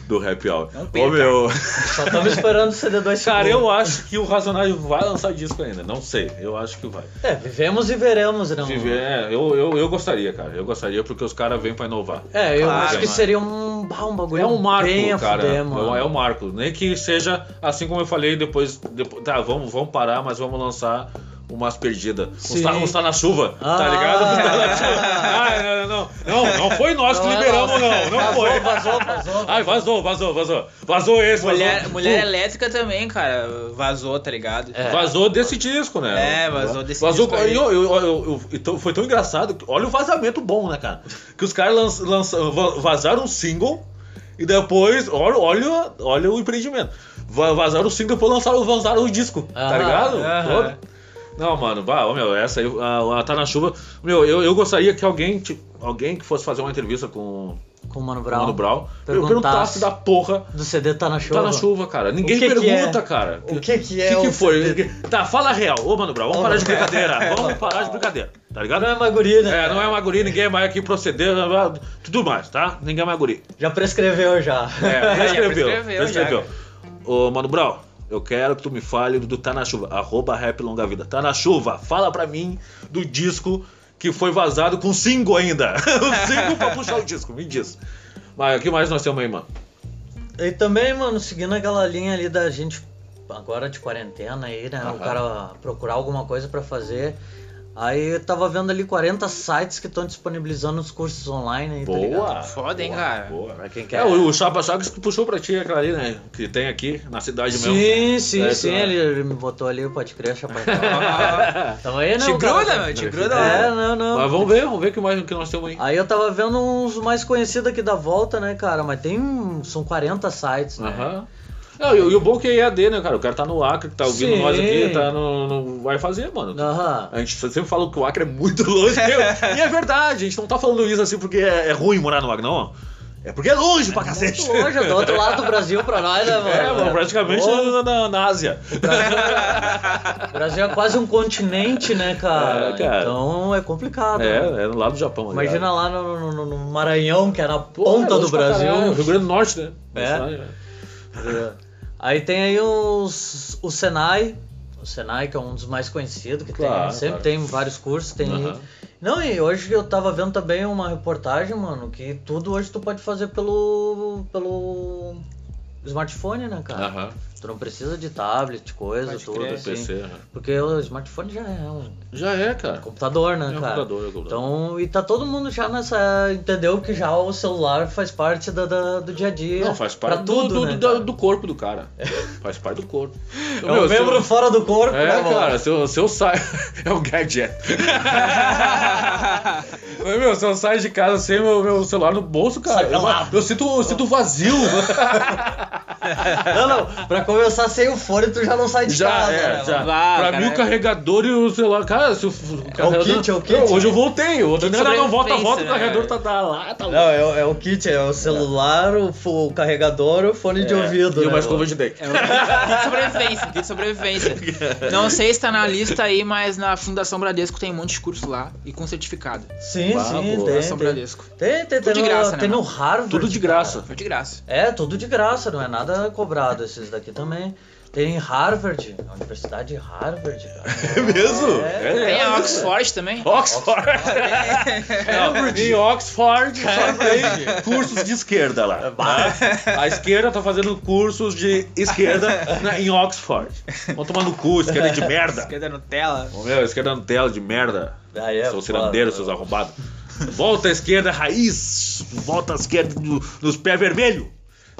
Speaker 1: do Happy Hour.
Speaker 3: Não perca.
Speaker 1: Ô meu.
Speaker 2: Só tava esperando o CD2
Speaker 1: Cara, eu acho que o Racionais vai lançar disco ainda. Não sei, eu acho que vai.
Speaker 2: É, vivemos e veremos, né?
Speaker 1: Se vier, eu, eu, eu gostaria, cara. Eu gostaria porque os caras vêm pra inovar.
Speaker 2: É, eu
Speaker 3: Claro,
Speaker 2: acho que
Speaker 1: mano.
Speaker 2: seria um, bah, um bagulho
Speaker 1: É um marco,
Speaker 2: bem a
Speaker 1: cara.
Speaker 2: fuder,
Speaker 1: É
Speaker 2: mano.
Speaker 1: um- é um marco. Nem que seja assim como eu falei depois. depois- tá, vamos, vamos parar, mas vamos lançar umas perdidas. Uns
Speaker 2: Sim.
Speaker 1: tá, uns tá na chuva, tá
Speaker 2: Ah.
Speaker 1: ligado? Uns tá na chuva. Ah, não, não, não, não. Não foi nós
Speaker 2: Não
Speaker 1: que
Speaker 2: é
Speaker 1: liberamos,
Speaker 2: nós.
Speaker 1: não. Não
Speaker 2: Vazou,
Speaker 1: foi.
Speaker 2: vazou, vazou.
Speaker 1: Ai, vazou, vazou, vazou. Vazou esse, vazou.
Speaker 3: Mulher, mulher
Speaker 1: Pum.
Speaker 3: elétrica também, cara. Vazou, tá ligado?
Speaker 2: É.
Speaker 1: Vazou desse disco, né?
Speaker 3: É, vazou desse disco
Speaker 1: Vazou.
Speaker 3: aí.
Speaker 1: Eu, eu, eu, eu- então, foi tão engraçado. que- Olha o vazamento bom, né, cara? Que os caras lanç- lança- va- vazaram um single e depois. Olha, olha, olha o empreendimento. Va- Vazaram o single e depois lançaram, lançaram o disco. tá
Speaker 2: Aham,
Speaker 1: ligado?
Speaker 3: aham.
Speaker 1: Todo- Não, mano, bah, ô, meu, essa aí, a, a Tá na Chuva. Meu, eu, eu gostaria que alguém, tipo, alguém que fosse fazer uma entrevista com
Speaker 2: Com o Mano
Speaker 1: o
Speaker 2: Brown.
Speaker 1: Mano Brown, eu perguntasse
Speaker 2: Perguntasse.
Speaker 1: da porra
Speaker 2: Do CD tá na chuva.
Speaker 1: Tá na chuva, cara. Ninguém
Speaker 2: que que
Speaker 1: pergunta,
Speaker 2: é?
Speaker 1: cara.
Speaker 2: O que que é
Speaker 1: O que,
Speaker 2: o
Speaker 1: foi?
Speaker 2: CD?
Speaker 1: Tá, fala real. Ô, Mano Brown, vamos
Speaker 2: Ô,
Speaker 1: parar de
Speaker 2: Mano Brown.
Speaker 1: brincadeira. Vamos parar de brincadeira. Tá ligado?
Speaker 2: Não é uma guria, né?
Speaker 1: É, não é uma guri, ninguém vai aqui proceder, blá, blá, blá, tudo mais, tá? Ninguém é uma guri.
Speaker 2: Já prescreveu já.
Speaker 1: É, já escreveu.
Speaker 3: Já prescreveu,
Speaker 1: Já escreveu. Ô, Mano Brown, eu quero que tu me fale do Tá Na Chuva, arroba rap longa vida. Tá Na Chuva, fala pra mim do disco que foi vazado com cinco ainda. Um cinco pra puxar o disco, me diz. Mas o que mais nós temos aí, mano?
Speaker 2: E também, mano, seguindo aquela linha ali da gente agora de quarentena aí, né?
Speaker 1: Aham.
Speaker 2: O cara procurar alguma coisa pra fazer. Aí eu tava vendo ali 40 sites que estão disponibilizando os cursos online aí, tá ligado?
Speaker 1: Boa!
Speaker 3: Foda, hein,
Speaker 1: boa,
Speaker 3: cara?
Speaker 1: Boa.
Speaker 2: Pra quem quer.
Speaker 1: É, o, o Chapa Chagas que puxou pra ti aquela ali, né? Que tem aqui na cidade mesmo.
Speaker 2: Sim, sim,
Speaker 1: É,
Speaker 2: sim,
Speaker 1: tu-
Speaker 2: ele, ele me botou ali, pode crer, chapa. Tamo aí, não.
Speaker 3: Te gruda,
Speaker 2: cara.
Speaker 3: meu, te
Speaker 1: Não,
Speaker 3: gruda.
Speaker 2: É,
Speaker 3: lá.
Speaker 2: não, não.
Speaker 1: Mas vamos ver, vamos ver o que mais o que nós temos aí.
Speaker 2: Aí eu tava vendo uns mais conhecidos aqui da volta, né, cara? Mas tem. um- São 40 sites, né?
Speaker 1: Aham. Não, e, o- e o bom que é EAD, né, cara? O cara tá no Acre, que tá ouvindo
Speaker 2: Sim.
Speaker 1: nós aqui, tá no, no- vai fazer, mano.
Speaker 2: Aham.
Speaker 1: A gente sempre fala que o Acre é muito longe. meu. e é verdade, a gente não tá falando isso assim porque é, é ruim morar no Acre, não. É porque é longe pra cacete.
Speaker 2: Muito longe, do outro lado do Brasil pra nós, né, mano?
Speaker 1: É, mano, praticamente
Speaker 2: Pô,
Speaker 1: na, na- na Ásia.
Speaker 2: O Brasil é quase um continente, né, cara?
Speaker 1: É, cara.
Speaker 2: Então é complicado. né?
Speaker 1: É, é lá do Japão. ali,
Speaker 2: Imagina
Speaker 1: cara.
Speaker 2: lá no, no- no- no Maranhão, que é na
Speaker 1: Pô,
Speaker 2: ponta
Speaker 1: é
Speaker 2: do
Speaker 1: longe pra caralho, Rio
Speaker 2: Brasil.
Speaker 1: Grande do Norte, né?
Speaker 2: É. Aí tem aí os, o Senai. O Senai, que é um dos mais conhecidos, que tem-
Speaker 1: Claro,
Speaker 2: sempre
Speaker 1: claro.
Speaker 2: tem vários cursos. Tem...
Speaker 1: Aham.
Speaker 2: Não, e hoje eu tava vendo também uma reportagem, mano, que tudo hoje tu pode fazer pelo. pelo smartphone, né, cara?
Speaker 1: Aham.
Speaker 2: Tu não precisa de tablet, coisa,
Speaker 3: Pode
Speaker 2: tudo
Speaker 3: crer.
Speaker 2: assim.
Speaker 1: PC, aham.
Speaker 2: Porque o smartphone já é um
Speaker 1: Já é, cara.
Speaker 2: computador, né,
Speaker 1: É um
Speaker 2: cara?
Speaker 1: computador, é um computador.
Speaker 2: Então, e tá todo mundo já nessa. Entendeu que já o celular faz parte da, da- do dia a dia.
Speaker 1: Não, faz
Speaker 2: É. pra
Speaker 1: parte do,
Speaker 2: tudo,
Speaker 1: do,
Speaker 2: né,
Speaker 1: do-
Speaker 2: cara?
Speaker 1: do corpo do cara. Faz parte do corpo.
Speaker 2: É um membro
Speaker 1: se
Speaker 2: fora do corpo,
Speaker 1: eu, É,
Speaker 2: né, mano?
Speaker 1: cara, se eu, se eu saio. É um gadget. Mas, meu, se eu saio de casa sem meu, meu celular no bolso, cara, eu,
Speaker 2: Sacanagem.
Speaker 1: eu sinto, eu sinto vazio.
Speaker 2: Não, não, pra começar sem o fone, tu já não sai de
Speaker 1: já,
Speaker 2: casa,
Speaker 1: é,
Speaker 2: né,
Speaker 1: já.
Speaker 2: mano?
Speaker 3: Vá,
Speaker 1: pra
Speaker 3: cara.
Speaker 1: mim, o carregador e o celular. Cara, se o. o carregador-
Speaker 2: kit, é o kit.
Speaker 1: Não, Hoje eu voltei. O Daniel não volta,
Speaker 3: sobrevivência,
Speaker 1: volta, o
Speaker 3: né,
Speaker 1: carregador tá,
Speaker 3: cara?
Speaker 1: tá lá, tá
Speaker 2: Não, é, o- é o kit, é o celular, o, fo- o carregador, o fone de ouvido.
Speaker 1: É, E
Speaker 2: né,
Speaker 1: uma escova
Speaker 2: mano?
Speaker 1: de dente.
Speaker 3: É um kit de sobrevivência, um kit de sobrevivência. Não sei se tá na lista aí, mas na Fundação Bradesco tem um monte de curso lá e com certificado.
Speaker 2: Sim,
Speaker 1: Bah,
Speaker 2: sim,
Speaker 1: boa. é
Speaker 2: tem.
Speaker 3: Fundação
Speaker 2: Tem,
Speaker 3: Bradesco.
Speaker 2: tem, tem,
Speaker 3: Tudo de
Speaker 2: no-
Speaker 3: graça, né,
Speaker 2: tem no
Speaker 3: mano?
Speaker 2: Harvard.
Speaker 1: Tudo de graça.
Speaker 3: Foi de graça.
Speaker 2: É, tudo de graça, não é nada cobrado esses daqui também. Tem Harvard, a Universidade de Harvard, cara.
Speaker 1: É mesmo?
Speaker 2: É.
Speaker 3: Tem a Oxford também.
Speaker 1: Oxford.
Speaker 2: É.
Speaker 1: Cambridge. Em Oxford só tem cursos de esquerda lá.
Speaker 2: É,
Speaker 1: A esquerda tá fazendo cursos de esquerda na- em Oxford. Vão tomar no cu, esquerda de merda.
Speaker 3: Cadê Nutella?
Speaker 1: Ô, meu, esquerda no tela de merda.
Speaker 2: Aí é
Speaker 1: seus
Speaker 2: foda.
Speaker 1: cirandeiros, seus arrombados. Volta à esquerda, raiz. Volta à esquerda no- nos pés vermelhos.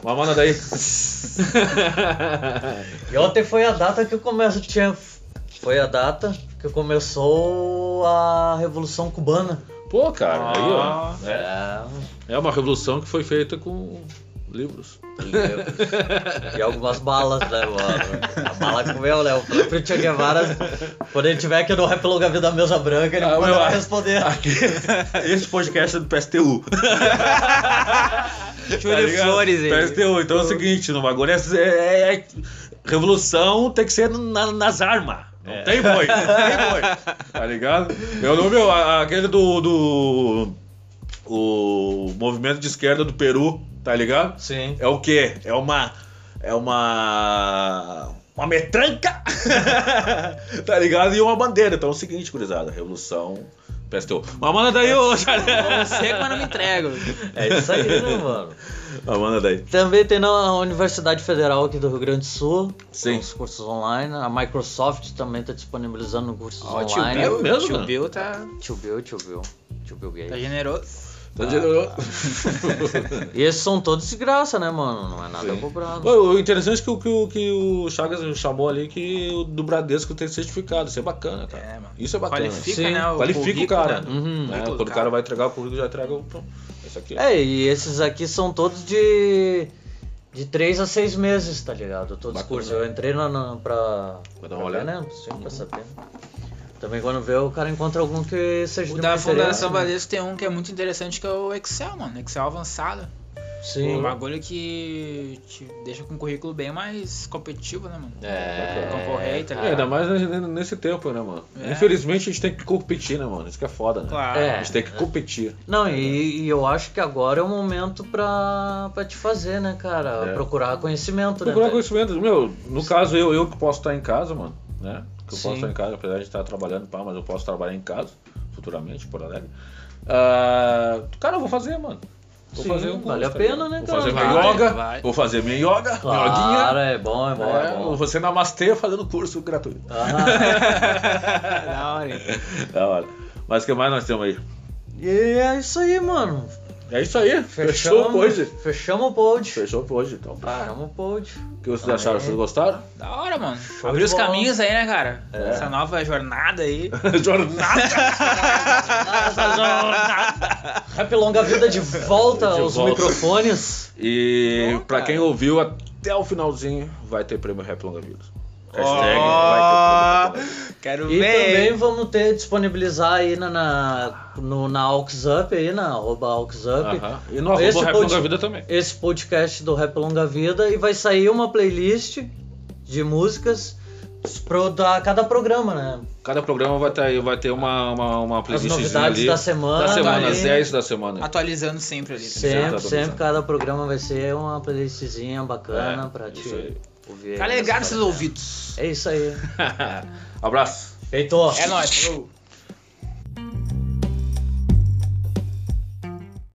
Speaker 1: Mas manda daí.
Speaker 2: E ontem foi a data que começo tinha. Foi a data que começou a Revolução Cubana.
Speaker 1: Pô, cara, aí ó. É,
Speaker 2: É.
Speaker 1: é uma revolução que foi feita com livros.
Speaker 2: E algumas balas, né, mano? A bala comeu, né? O próprio Che Guevara, quando ele tiver aqui no Rap Longa um Vida Mesa Branca, ele
Speaker 1: Ah,
Speaker 2: pode
Speaker 1: meu, ah,
Speaker 2: responder.
Speaker 1: Aqui, esse podcast é do PSTU.
Speaker 3: Show de
Speaker 1: Tá ligado?
Speaker 3: flores aí.
Speaker 1: PSTU, então é o seguinte, no bagulho é, é- é- Revolução tem que ser na- nas armas. Não tem boi, não tem boi. Tá ligado? é Eu não, meu, a- aquele do. do o movimento de esquerda do Peru. tá ligado?
Speaker 2: Sim.
Speaker 1: É o quê? É uma. É uma. Uma metranca! tá ligado? E uma bandeira. Então é o seguinte, gurizada. Revolução. PSTU. Mas manda daí, ô.
Speaker 3: Eu sei, mas não me entrego.
Speaker 2: É isso aí, né, mano?
Speaker 1: Mas Ah, manda daí.
Speaker 2: Também tem na Universidade Federal aqui do Rio Grande do Sul,
Speaker 1: Sim.
Speaker 2: os cursos online. A Microsoft também tá disponibilizando cursos
Speaker 3: Ó, tio
Speaker 2: online.
Speaker 1: Bill.
Speaker 3: Bill,
Speaker 1: mesmo,
Speaker 3: tio
Speaker 1: mano?
Speaker 3: Bill tá,
Speaker 2: Tio Bill, tio Bill. Tio Bill
Speaker 3: tá
Speaker 2: Gates.
Speaker 3: generoso.
Speaker 1: Tá generoso.
Speaker 2: E esses são todos de graça, né, mano? Não é nada
Speaker 1: Sim.
Speaker 2: cobrado.
Speaker 1: Ô, O interessante é que o, que, o, que o Chagas chamou ali que o do Bradesco tem certificado. Isso é bacana, cara.
Speaker 3: É, mano.
Speaker 1: Isso é bacana.
Speaker 3: Qualifica,
Speaker 2: Sim,
Speaker 3: né? O
Speaker 1: Qualifica o
Speaker 3: currículo,
Speaker 1: cara.
Speaker 3: né?
Speaker 1: Né?
Speaker 2: Uhum.
Speaker 3: Currículo
Speaker 1: Quando o
Speaker 3: do
Speaker 1: cara vai entregar o currículo, já entrega o. pronto, Isso aqui.
Speaker 2: É, e esses aqui são todos de. De 3 a 6 meses, tá ligado? Todos os
Speaker 1: Bacana.
Speaker 2: cursos. Eu entrei na, na, pra.
Speaker 1: Pra dar uma
Speaker 2: pra ver,
Speaker 1: olhada. Uhum.
Speaker 2: Né? Sim, pra saber. Também quando vê, o cara encontra algum que seja
Speaker 3: O
Speaker 2: de
Speaker 3: da
Speaker 2: meu
Speaker 3: Fundação
Speaker 2: interesse, né?
Speaker 3: Bradesco tem um que é muito interessante, que é o Excel, mano. Excel avançado. Um
Speaker 2: Sim.
Speaker 1: Uhum.
Speaker 3: bagulho que te deixa com um currículo bem mais competitivo, né, mano?
Speaker 2: É,
Speaker 3: Concorrer, tá
Speaker 1: É,
Speaker 3: ligado?
Speaker 1: ainda mais ne- nesse tempo, né, mano?
Speaker 3: É.
Speaker 1: Infelizmente a gente tem que competir, né, mano? Isso que é foda, né?
Speaker 3: Claro.
Speaker 2: É.
Speaker 1: A gente tem que competir.
Speaker 2: Não, e, e eu acho que agora é o momento pra, pra te fazer, né, cara?
Speaker 1: É.
Speaker 2: Procurar conhecimento, né?
Speaker 1: Procurar
Speaker 2: velho?
Speaker 1: conhecimento. Meu, no caso, eu, eu que posso estar em casa, mano, né? Que eu
Speaker 2: Sim.
Speaker 1: posso estar em casa, apesar de estar trabalhando, pá, mas eu posso trabalhar em casa, futuramente, por Alegre. Ah, cara, eu vou fazer, mano. Vou
Speaker 2: Sim,
Speaker 1: fazer um curso,
Speaker 2: vale a
Speaker 1: tá
Speaker 2: pena,
Speaker 1: ligado?
Speaker 2: né,
Speaker 1: Vou
Speaker 2: cara?
Speaker 1: fazer minha
Speaker 3: Vai,
Speaker 1: yoga,
Speaker 3: vai.
Speaker 1: vou fazer minha yoga,
Speaker 2: Claro,
Speaker 1: yoguinha.
Speaker 2: é bom, é bom, é,
Speaker 1: É,
Speaker 2: bom.
Speaker 1: você namastê fazendo curso gratuito.
Speaker 2: Ah,
Speaker 3: Da hora. hein?
Speaker 1: da hora. Mas o que mais nós temos aí?
Speaker 2: e é isso aí, mano.
Speaker 1: É isso aí. Fechou
Speaker 2: Fechamos-
Speaker 1: por hoje.
Speaker 2: Fechamos o pod.
Speaker 1: Fechou por hoje, então.
Speaker 2: Fechamos o pod.
Speaker 1: O que vocês acharam? Vocês gostaram?
Speaker 3: Da hora, mano.
Speaker 2: de
Speaker 3: Abriu os
Speaker 2: bola.
Speaker 3: caminhos aí, né, cara?
Speaker 1: É.
Speaker 3: Essa nova jornada aí.
Speaker 1: Jornada!
Speaker 2: Rap Longa Vida de volta
Speaker 1: De
Speaker 2: aos
Speaker 1: volta.
Speaker 2: microfones.
Speaker 1: E
Speaker 2: Então,
Speaker 3: Bom,
Speaker 1: pra
Speaker 3: cara.
Speaker 1: quem ouviu até o finalzinho, vai ter prêmio Rap Longa Vida. Hashtag
Speaker 3: Ó,
Speaker 1: vai ter prêmio Rap Longa Vida.
Speaker 3: Quero
Speaker 2: E também
Speaker 3: ver.
Speaker 2: vamos ter disponibilizar aí na, na, no, na AuxUp, aí, na arroba AuxUp.
Speaker 1: Aham. E no arroba
Speaker 2: Esse
Speaker 1: Rap
Speaker 2: pod-
Speaker 1: Longa Vida também.
Speaker 2: Esse podcast do Rap Longa Vida e vai sair uma playlist de músicas pro, da cada programa, né?
Speaker 1: Cada programa vai ter, vai ter uma, uma, uma
Speaker 2: As
Speaker 1: playlistzinha
Speaker 2: novidades
Speaker 1: ali.
Speaker 2: da semana. né?
Speaker 1: Da semana,
Speaker 2: ali.
Speaker 1: as 10 da semana.
Speaker 3: Atualizando sempre ali. tá ligado?
Speaker 1: Tá
Speaker 2: Sempre, sempre
Speaker 1: atualizando.
Speaker 2: cada programa vai ser uma playlistzinha bacana
Speaker 1: É,
Speaker 2: pra
Speaker 1: isso
Speaker 2: te
Speaker 1: aí.
Speaker 2: ouvir.
Speaker 3: Tá
Speaker 2: aí
Speaker 3: ligado
Speaker 2: nessa
Speaker 3: seus ouvidos.
Speaker 2: É isso aí.
Speaker 1: Abraço.
Speaker 2: Heitor.
Speaker 3: É nóis. falou.